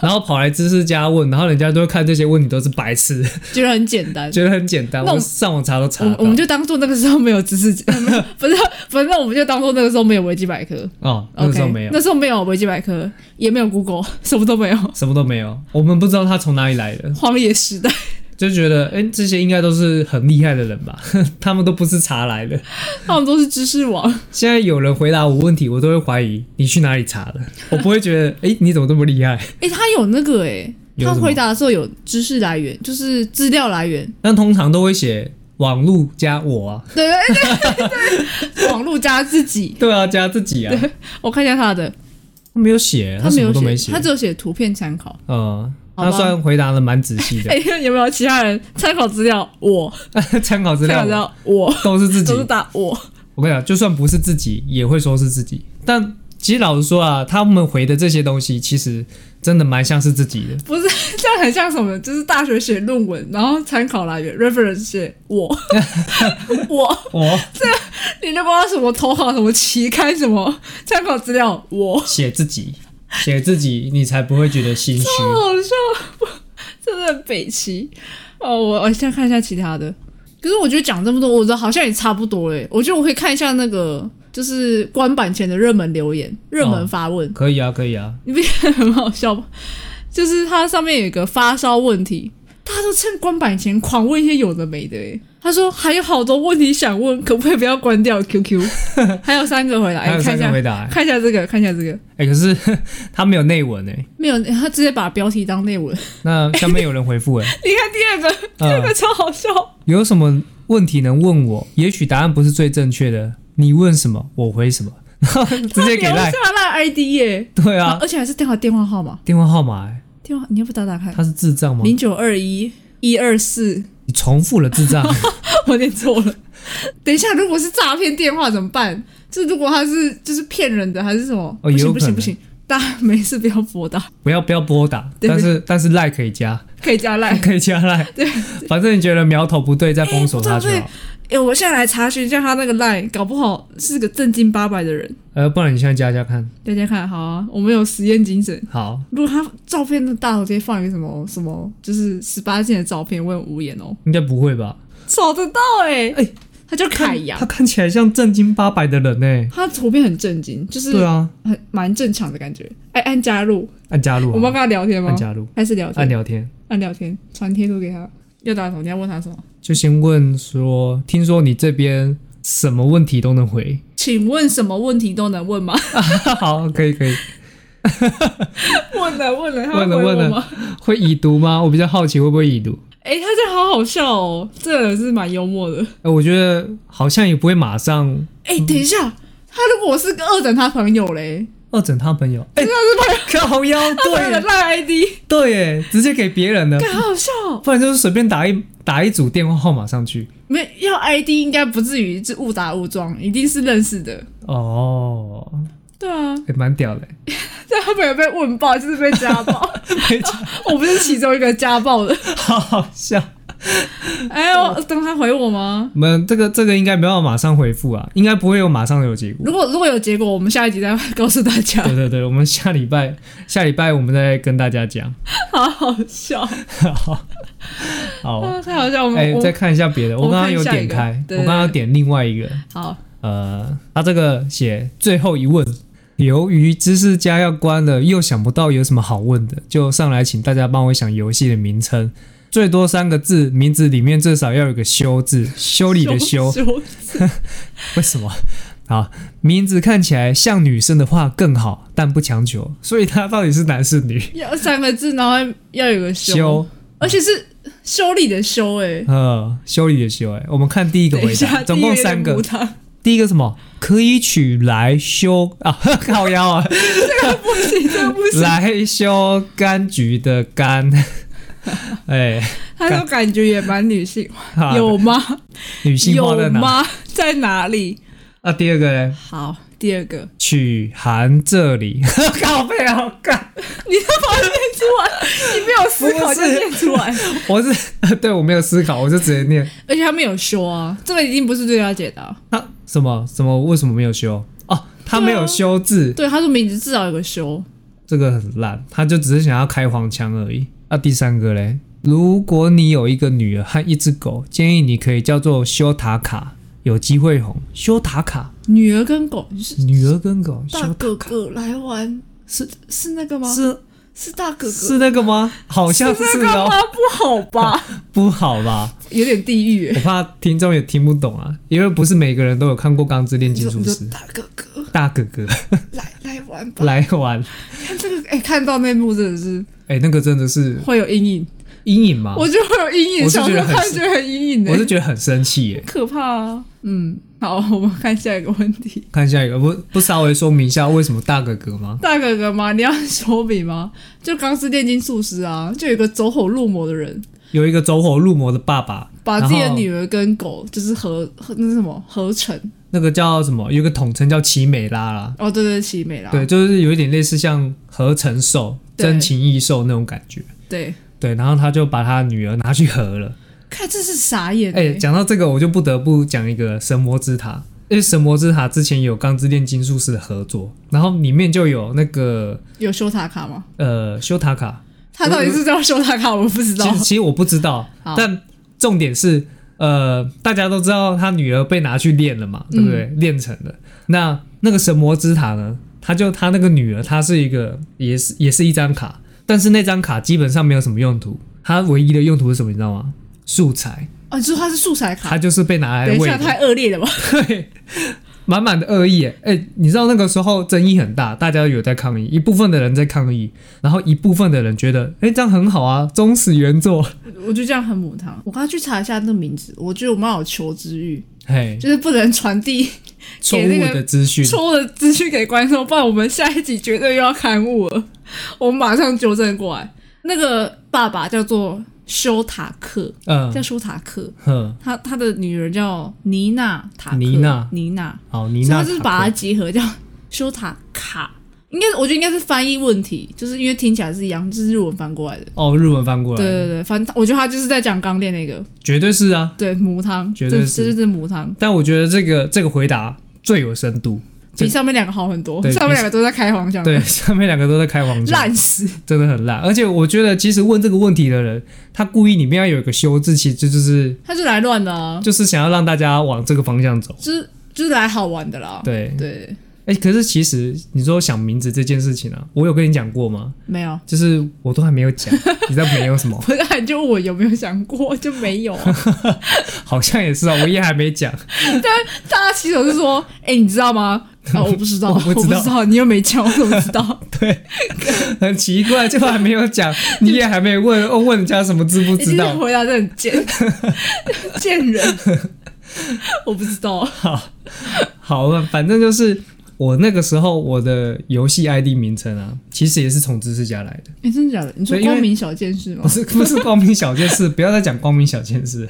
[SPEAKER 2] 然后跑来知识家问，然后人家都会看这些问题都是白 痴，
[SPEAKER 1] 觉得很简 单。
[SPEAKER 2] 觉得很简单，
[SPEAKER 1] 那我
[SPEAKER 2] 我上网查都
[SPEAKER 1] 我
[SPEAKER 2] 查得
[SPEAKER 1] 们
[SPEAKER 2] 到。
[SPEAKER 1] 我们就当做那个时候没有知识家， 不是，不是，那我们就当做那个时候没有维基百科。
[SPEAKER 2] 哦，那个时候没
[SPEAKER 1] o
[SPEAKER 2] 有
[SPEAKER 1] k 那时候没有维基百科，也没有 Google，什么都没有。
[SPEAKER 2] 什么都没有，我们不知道他从哪里来的，
[SPEAKER 1] 荒野时代，
[SPEAKER 2] 就觉得哎、诶这些应该都是很厉害的人吧， 他们都不是查来的。
[SPEAKER 1] 他们都是知识王。
[SPEAKER 2] 现在有人回答我问题，我都会怀疑你去哪里查的，我不会觉得哎、诶你怎么这么厉害？
[SPEAKER 1] 诶，他有那个诶，
[SPEAKER 2] 有
[SPEAKER 1] 他
[SPEAKER 2] 什么
[SPEAKER 1] 回答的时候有知识来源，就是资料来源，
[SPEAKER 2] 但通常都会写网路加我啊，
[SPEAKER 1] 对对对对对， 网络加自己。
[SPEAKER 2] 对啊，加自己啊，
[SPEAKER 1] 我看一下他的，
[SPEAKER 2] 哎他没有写，
[SPEAKER 1] 他
[SPEAKER 2] 什
[SPEAKER 1] 没
[SPEAKER 2] 么
[SPEAKER 1] 有
[SPEAKER 2] 都没
[SPEAKER 1] 他只有写图片参考。
[SPEAKER 2] 呃，
[SPEAKER 1] 好吧哎
[SPEAKER 2] 他算回答的蛮仔细
[SPEAKER 1] 诶，
[SPEAKER 2] 的，
[SPEAKER 1] 有没有其他人参考资料？我
[SPEAKER 2] 参考资
[SPEAKER 1] 参考资
[SPEAKER 2] 料
[SPEAKER 1] 料，我
[SPEAKER 2] 都是自己
[SPEAKER 1] 哎都。是打我。
[SPEAKER 2] 我跟你讲，就算不是自己，也会说是自己。但其实老实说啊，他们回的这些东西，其实真的蛮像是自己的。
[SPEAKER 1] 不是，这样很像什么？就是大学写论文，然后参考来源 reference 写我， 我，
[SPEAKER 2] 我
[SPEAKER 1] 你都不知道什么投稿什么期刊什么参考资料，我
[SPEAKER 2] 写自己，写自己，你才不会觉得心虚。
[SPEAKER 1] 好笑，真的很北齐。哦，我我先看一下其他的。可是我觉得讲这么多，我的好像也差不多嘞。我觉得我可以看一下那个，就是官版前的热门留言、热门发问，
[SPEAKER 2] 可以啊，可以啊，
[SPEAKER 1] 你不觉得很好笑吗？就是它上面有一个发烧问题，大他都趁关板前狂问一些有的没的、欸。他说还有好多问题想问，可不可以不要关掉 QQ？还有三个回答，
[SPEAKER 2] 还有
[SPEAKER 1] 欸看一
[SPEAKER 2] 三个
[SPEAKER 1] 下，
[SPEAKER 2] 回答、欸，
[SPEAKER 1] 看一下这个，看一下这个，
[SPEAKER 2] 哎、可是 他没有内文哎、
[SPEAKER 1] 没有，他直接把标题当内文。
[SPEAKER 2] 那下面有人回复哎、
[SPEAKER 1] 你看第二个，第
[SPEAKER 2] 嗯
[SPEAKER 1] 二个超好笑。
[SPEAKER 2] 有什么问题能问我？也许答案不是最正确的，你问什么我回什么， 然后直接给
[SPEAKER 1] 他留
[SPEAKER 2] 赖。
[SPEAKER 1] 下赖 ID 耶、
[SPEAKER 2] 对
[SPEAKER 1] 啊
[SPEAKER 2] 啊，
[SPEAKER 1] 而且还是电话电话号码，
[SPEAKER 2] 电话号码、欸，
[SPEAKER 1] 电话你要不打打看？
[SPEAKER 2] 他是智障吗？
[SPEAKER 1] 零九二一一二四，
[SPEAKER 2] 你重复了智障，
[SPEAKER 1] 我念错了。等一下，如果是诈骗电话怎么办？就是如果他是就是骗人的还是什么？
[SPEAKER 2] 哦
[SPEAKER 1] 不
[SPEAKER 2] 也有
[SPEAKER 1] 行不
[SPEAKER 2] 可
[SPEAKER 1] 行
[SPEAKER 2] 能
[SPEAKER 1] 不行，大家没事不要拨打，
[SPEAKER 2] 不要不要拨打，
[SPEAKER 1] 对
[SPEAKER 2] 但是但是赖可以加，
[SPEAKER 1] 可以加赖。
[SPEAKER 2] 可以加 赖。对，反正你觉得苗头不对，再封锁他
[SPEAKER 1] 哎不
[SPEAKER 2] 就
[SPEAKER 1] 知道
[SPEAKER 2] 好
[SPEAKER 1] 对。哎、我现在来查询一下他那个赖，搞不好是个正经八百的人。
[SPEAKER 2] 呃，不然你现在加加看。
[SPEAKER 1] 大家看好啊，我们有实验精神。
[SPEAKER 2] 好，
[SPEAKER 1] 如果他照片的大头贴放一个什么什么，就是十八禁的照片，我很无言哦，
[SPEAKER 2] 应该不会吧？
[SPEAKER 1] 找得到哎、哎、他叫凯阳
[SPEAKER 2] 他，看起来像正经八百的人呢、
[SPEAKER 1] 他图片很震惊，就是
[SPEAKER 2] 对啊，
[SPEAKER 1] 很蛮正常的感觉。哎，按加入，
[SPEAKER 2] 按加入好了，啊
[SPEAKER 1] 我们要跟他聊天吗？
[SPEAKER 2] 按加入
[SPEAKER 1] 还是聊天？
[SPEAKER 2] 按聊天，
[SPEAKER 1] 按聊天，传贴图给他。要打什么？你要问他什么？
[SPEAKER 2] 就先问说，听说你这边什么问题都能 回？
[SPEAKER 1] 请问什么问题都能问吗？
[SPEAKER 2] 好，可以可以，
[SPEAKER 1] 问了问了，他会
[SPEAKER 2] 问了
[SPEAKER 1] 回我
[SPEAKER 2] 问
[SPEAKER 1] 吗
[SPEAKER 2] 了？，会已读吗？我比较好奇会不会已读。
[SPEAKER 1] 哎、他这好好笑哦，这个人是蛮幽默的。
[SPEAKER 2] 呃，我觉得好像也不会马上
[SPEAKER 1] 哎、等一下，他如果是个二等他朋友嘞，
[SPEAKER 2] 二整他朋友，哎、欸，靠腰，
[SPEAKER 1] 他的
[SPEAKER 2] 对
[SPEAKER 1] 赖 ID，
[SPEAKER 2] 对，哎，直接给别人的，
[SPEAKER 1] 干好好笑哦。
[SPEAKER 2] 不然就是随便打一打一组电话号码上去。
[SPEAKER 1] 没有要 ID 应该不至于是误打误撞，一定是认识的。
[SPEAKER 2] 哦，
[SPEAKER 1] 对啊，
[SPEAKER 2] 也、蛮屌的、
[SPEAKER 1] 但他们有被问爆，就是 被家暴。
[SPEAKER 2] 欸，
[SPEAKER 1] 我不是其中一个家暴的。
[SPEAKER 2] 好好笑。
[SPEAKER 1] 哎呦，等他回我吗？
[SPEAKER 2] 我们这个这个应该没办法马上回复啊，应该不会有马上有结果
[SPEAKER 1] 如。果如果有结果，我们下一集再告诉大家。
[SPEAKER 2] 对对对，我们下礼拜下礼拜我们再跟大家讲。
[SPEAKER 1] 好好笑，
[SPEAKER 2] 好，好，
[SPEAKER 1] 啊太好笑！我们、
[SPEAKER 2] 哎、
[SPEAKER 1] 我
[SPEAKER 2] 再看一下别的，我
[SPEAKER 1] 我
[SPEAKER 2] 刚
[SPEAKER 1] 们看
[SPEAKER 2] 刚有
[SPEAKER 1] 下一
[SPEAKER 2] 点
[SPEAKER 1] 个
[SPEAKER 2] 开，我
[SPEAKER 1] 对
[SPEAKER 2] 刚刚有点另外一个，
[SPEAKER 1] 好
[SPEAKER 2] 呃，他这个写最后一问，由于知识家要关了，又想不到有什么好问的，就上来请大家帮我想游戏的名称，最多三个字，名字里面至少要有个修字，修理的 修，
[SPEAKER 1] 羞
[SPEAKER 2] 为什么？好，名字看起来像女生的话更好，但不强求，所以他到底是男是 女？
[SPEAKER 1] 要三个字，然后要有个修，
[SPEAKER 2] 修，
[SPEAKER 1] 而且是修理的修、哎。
[SPEAKER 2] 呃，修理的修、哎，我们看第一个
[SPEAKER 1] 等一
[SPEAKER 2] 回答，
[SPEAKER 1] 下，
[SPEAKER 2] 总共三个
[SPEAKER 1] 第一，有点母汤
[SPEAKER 2] 第一个什么？可以取来修啊， 靠 腰啊，
[SPEAKER 1] 不行，这个不行。
[SPEAKER 2] 来修柑橘的柑， 哎，
[SPEAKER 1] 他说感觉也蛮女性化，
[SPEAKER 2] 好
[SPEAKER 1] 有吗？
[SPEAKER 2] 女性化在
[SPEAKER 1] 有
[SPEAKER 2] 哪？
[SPEAKER 1] 吗？在哪里？
[SPEAKER 2] 啊，第二个呢？
[SPEAKER 1] 好，第二 个，
[SPEAKER 2] 取含这里， 靠背好干，
[SPEAKER 1] 你他把它念出来， 你没有思考就
[SPEAKER 2] 不是
[SPEAKER 1] 念出来，
[SPEAKER 2] 我是 对我没有思考，我就直接念。
[SPEAKER 1] 而且他没有修啊，这个一定不是最了解的啊、
[SPEAKER 2] 他什么什么？为什么没有修？哦，他没有修字，
[SPEAKER 1] 对，啊他说名字至少有个修，
[SPEAKER 2] 这个很烂，他就只是想要开黄腔而已。那、第三个嘞，如果你有一个女儿和一只狗，建议你可以叫做修塔卡，有机会红。修塔卡，
[SPEAKER 1] 女儿跟狗是
[SPEAKER 2] 女儿跟狗，
[SPEAKER 1] 大
[SPEAKER 2] 修
[SPEAKER 1] 哥哥来玩，
[SPEAKER 2] 是
[SPEAKER 1] 是那个吗？
[SPEAKER 2] 是
[SPEAKER 1] 是大哥哥，
[SPEAKER 2] 是那个吗？好像
[SPEAKER 1] 是那
[SPEAKER 2] 是
[SPEAKER 1] 个
[SPEAKER 2] 哦
[SPEAKER 1] 吗，？不好 吧，
[SPEAKER 2] 不好吧？
[SPEAKER 1] 有点地狱耶。
[SPEAKER 2] 我怕听众也听不懂啊，因为不是每个人都有看过《钢之炼
[SPEAKER 1] 你
[SPEAKER 2] 金
[SPEAKER 1] 说
[SPEAKER 2] 术
[SPEAKER 1] 你说
[SPEAKER 2] 师》。
[SPEAKER 1] 大哥哥
[SPEAKER 2] 大哥哥
[SPEAKER 1] 来来玩吧，
[SPEAKER 2] 来玩，
[SPEAKER 1] 看这个，哎、看到那幕真的是
[SPEAKER 2] 哎、那个真的是
[SPEAKER 1] 会有阴影，
[SPEAKER 2] 阴影吗？
[SPEAKER 1] 我就会有阴影，
[SPEAKER 2] 啊我是
[SPEAKER 1] 小
[SPEAKER 2] 觉
[SPEAKER 1] 时
[SPEAKER 2] 得
[SPEAKER 1] 候
[SPEAKER 2] 很
[SPEAKER 1] 看觉得很阴影的、欸
[SPEAKER 2] 我是觉得很生气耶。
[SPEAKER 1] 可怕啊。嗯，好，我们看下一个问题。
[SPEAKER 2] 看下一个，不不稍微说明一下为什么大哥哥吗？
[SPEAKER 1] 大哥哥吗？你要说明吗？就钢之炼金术师啊，就有一个走火入魔的人，
[SPEAKER 2] 有一个走火入魔的爸爸，
[SPEAKER 1] 把自己的
[SPEAKER 2] 然后
[SPEAKER 1] 女儿跟狗就是合 合那是什么合成。
[SPEAKER 2] 那个叫什么？有一个统称叫奇美拉啦，
[SPEAKER 1] 哦，对对，奇美啦，
[SPEAKER 2] 对，就是有一点类似像合成兽、
[SPEAKER 1] 对
[SPEAKER 2] 真情异兽那种感觉。
[SPEAKER 1] 对
[SPEAKER 2] 对，然后他就把他女儿拿去合了。
[SPEAKER 1] 看这是傻眼、
[SPEAKER 2] 哎、
[SPEAKER 1] 欸。
[SPEAKER 2] 讲到这个，我就不得不讲一个神魔之塔，因为神魔之塔之前有钢之炼金术师的合作，然后里面就有那个
[SPEAKER 1] 有修塔卡吗？
[SPEAKER 2] 呃修塔卡，
[SPEAKER 1] 他到底是叫修塔卡，我不知道
[SPEAKER 2] 其。实其实我不知道
[SPEAKER 1] 好，
[SPEAKER 2] 但重点是，呃，大家都知道他女儿被拿去练了嘛，
[SPEAKER 1] 嗯
[SPEAKER 2] 对不对？练成了。那那个神魔之塔呢？他就他那个女儿，她是一个也是也是一张卡，但是那张卡基本上没有什么用途，它唯一的用途是什么？你知道吗？素材，
[SPEAKER 1] 啊，就是它是素材
[SPEAKER 2] 它
[SPEAKER 1] 卡。
[SPEAKER 2] 就是被拿来
[SPEAKER 1] 等一
[SPEAKER 2] 喂
[SPEAKER 1] 下，
[SPEAKER 2] 的。
[SPEAKER 1] 太恶劣了吧？
[SPEAKER 2] 对，满满的恶意耶。哎、你知道那个时候争议很大，大家有在抗议，一部分的人在抗议，然后一部分的人觉得，哎、这样很好啊，忠实原作。
[SPEAKER 1] 我就这样很母汤。我刚刚去查一下那个名字，我觉得我蛮有求知欲，
[SPEAKER 2] 嘿，
[SPEAKER 1] 就是不能传递
[SPEAKER 2] 错
[SPEAKER 1] 给那
[SPEAKER 2] 误
[SPEAKER 1] 个
[SPEAKER 2] 的资讯，
[SPEAKER 1] 错的资讯给观众，不然我们下一集绝对又要刊物了。 我马上纠正过来，那个爸爸叫做修塔克，
[SPEAKER 2] 嗯
[SPEAKER 1] 叫，修塔克，
[SPEAKER 2] 哼，
[SPEAKER 1] 他他的女儿叫妮娜塔克，
[SPEAKER 2] 妮娜
[SPEAKER 1] 妮娜，
[SPEAKER 2] 好，你
[SPEAKER 1] 所以
[SPEAKER 2] 那
[SPEAKER 1] 他就是把它集合叫修塔卡。应该我觉得应该是翻译问题，就是因为听起来是一样，就是日文翻过来的。
[SPEAKER 2] 哦，日文翻过来，
[SPEAKER 1] 对对对，反正我觉得他就是在讲刚练那个，
[SPEAKER 2] 绝对是啊。
[SPEAKER 1] 对母汤，
[SPEAKER 2] 绝对
[SPEAKER 1] 这
[SPEAKER 2] 是
[SPEAKER 1] 这就是母汤，
[SPEAKER 2] 但我觉得这个这个回答最有深度，
[SPEAKER 1] 比上面两个好很多，
[SPEAKER 2] 对
[SPEAKER 1] 上面两个都在开黄腔，
[SPEAKER 2] 对，上面两个都在开黄腔，
[SPEAKER 1] 嗯烂死。
[SPEAKER 2] 真的很烂。而且我觉得，其实问这个问题的人，他故意里面要有一个修字，其实就是
[SPEAKER 1] 他就来乱的啊，
[SPEAKER 2] 就是想要让大家往这个方向走。
[SPEAKER 1] 就是就是来好玩的啦。
[SPEAKER 2] 对，
[SPEAKER 1] 对，
[SPEAKER 2] 哎、可是其实你说想名字这件事情啊，我有跟你讲过吗？
[SPEAKER 1] 没有，
[SPEAKER 2] 就是我都还没有 讲，你在没有什么，
[SPEAKER 1] 不然就问我有没有想过，就没 有、啊。
[SPEAKER 2] 好像也是啊，我也还没讲。
[SPEAKER 1] 大家骑手就说：“哎、你知道吗？” 啊，我不知道，
[SPEAKER 2] 我
[SPEAKER 1] 我
[SPEAKER 2] 不
[SPEAKER 1] 不
[SPEAKER 2] 知
[SPEAKER 1] 知
[SPEAKER 2] 道
[SPEAKER 1] 道，你又没讲，我怎么 知道？
[SPEAKER 2] 对，很奇怪，就还没有 讲，你也还没问，哦问人家什么知不
[SPEAKER 1] 哎
[SPEAKER 2] 知
[SPEAKER 1] 你这
[SPEAKER 2] 道？
[SPEAKER 1] 回答真的很 贱，贱 人。我不知道，
[SPEAKER 2] 好了，反正就是我那个时候我的游戏 ID 名称啊，其实也是从知识家来的，
[SPEAKER 1] 哎、真的假的？你说
[SPEAKER 2] 对因为
[SPEAKER 1] 光明小剑士吗
[SPEAKER 2] 不？是不是光明小件 事，不要再讲光明小件事。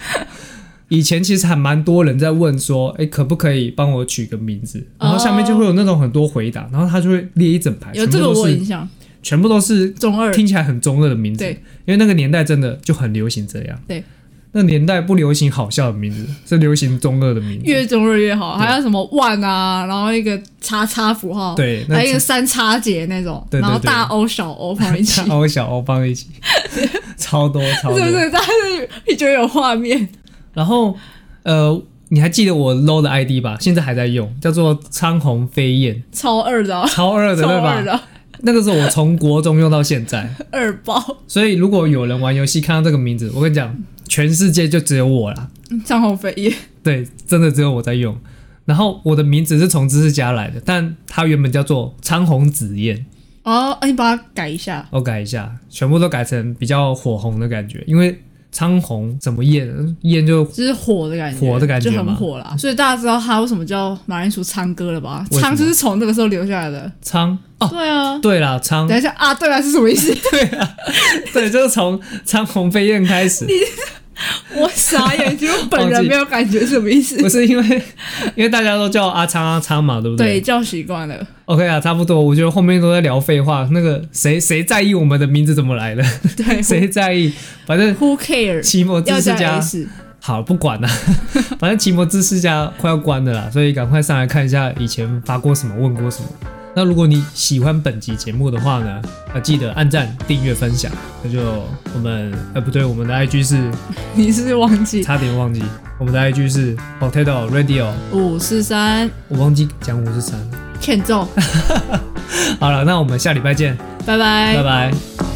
[SPEAKER 2] 以前其实还蛮多人在问说，哎，可不可以帮我取个名字？然后下面就会有那种很多回答，然后他就会列一整排，
[SPEAKER 1] 有
[SPEAKER 2] 全部
[SPEAKER 1] 这个
[SPEAKER 2] 都
[SPEAKER 1] 我有
[SPEAKER 2] 是
[SPEAKER 1] 印象，
[SPEAKER 2] 全部都是
[SPEAKER 1] 中二。
[SPEAKER 2] 听起来很中二的名字，
[SPEAKER 1] 对
[SPEAKER 2] 因为那个年代真的就很流行这样，
[SPEAKER 1] 对，
[SPEAKER 2] 那年代不流行好笑的名字，是流行中二的名字，
[SPEAKER 1] 越中二越好，还有什么万啊，然后一个叉叉符号，
[SPEAKER 2] 对那
[SPEAKER 1] 还有一个三叉节那种，
[SPEAKER 2] 对对
[SPEAKER 1] 然后
[SPEAKER 2] 对
[SPEAKER 1] 大 O 小 O 放一起
[SPEAKER 2] 大，欧小欧放一起，超多超多
[SPEAKER 1] 是不。是？大家是你觉得有画面？
[SPEAKER 2] 然后呃，你还记得我 low 的 ID 吧？现在还在用，叫做苍鸿飞燕，
[SPEAKER 1] 超二的、啊，
[SPEAKER 2] 超二的
[SPEAKER 1] 超
[SPEAKER 2] 对
[SPEAKER 1] 二的
[SPEAKER 2] 吧？
[SPEAKER 1] 啊
[SPEAKER 2] 那个时候我从国中用到现在，
[SPEAKER 1] 二 包，
[SPEAKER 2] 所以如果有人玩游戏看到这个名字，我跟你讲，全世界就只有我啦。
[SPEAKER 1] 张鸿飞也
[SPEAKER 2] 对，真的只有我在用。然后我的名字是从知识家来的，但它原本叫做苍红紫燕，
[SPEAKER 1] 哦，哎你把它改一下，
[SPEAKER 2] 我改一下，全部都改成比较火红的感觉，因为苍红怎么燕，燕就
[SPEAKER 1] 就是火的感觉，
[SPEAKER 2] 火的感觉
[SPEAKER 1] 就很
[SPEAKER 2] 嘛
[SPEAKER 1] 火啦。所以大家知道他为什么叫马铃薯苍哥了吧？
[SPEAKER 2] 为什么
[SPEAKER 1] 苍就是从那个时候留下来的。
[SPEAKER 2] 苍哦，
[SPEAKER 1] 对啊，
[SPEAKER 2] 对啦，苍
[SPEAKER 1] 等一下啊，对啊是什么意思？
[SPEAKER 2] 对，就是从苍红飞燕 开始，
[SPEAKER 1] 我傻眼，其实我本
[SPEAKER 2] 忘
[SPEAKER 1] 人
[SPEAKER 2] 记
[SPEAKER 1] 没有感觉是什么意思。
[SPEAKER 2] 不是因为 因为大家都叫阿苍阿苍嘛，对 不
[SPEAKER 1] 对，叫习惯 了。
[SPEAKER 2] OK 啊，差不多，我觉得后面都在聊废话，那个谁谁在意我们的名字怎 么来的，
[SPEAKER 1] 对
[SPEAKER 2] 谁在意，反正
[SPEAKER 1] ，Who care？
[SPEAKER 2] 期末知
[SPEAKER 1] 要
[SPEAKER 2] 识
[SPEAKER 1] 加
[SPEAKER 2] 家
[SPEAKER 1] S。
[SPEAKER 2] 好，不管了， 反正奇摩知识家快要关了啦，所以赶快上来看一下以前发过什么，问过什么。那如果你喜欢本集节目的话呢，啊，记得按赞、订阅、分享。那就我们，呃，不对，我们的 IG 是
[SPEAKER 1] 你是不是忘 记
[SPEAKER 2] 差点忘记，我们的 IG 是 Potato Radio，
[SPEAKER 1] 五四三
[SPEAKER 2] 我忘记讲五十三了。
[SPEAKER 1] 欠揍？
[SPEAKER 2] 好了，那我们下礼拜见，
[SPEAKER 1] 拜拜
[SPEAKER 2] 拜拜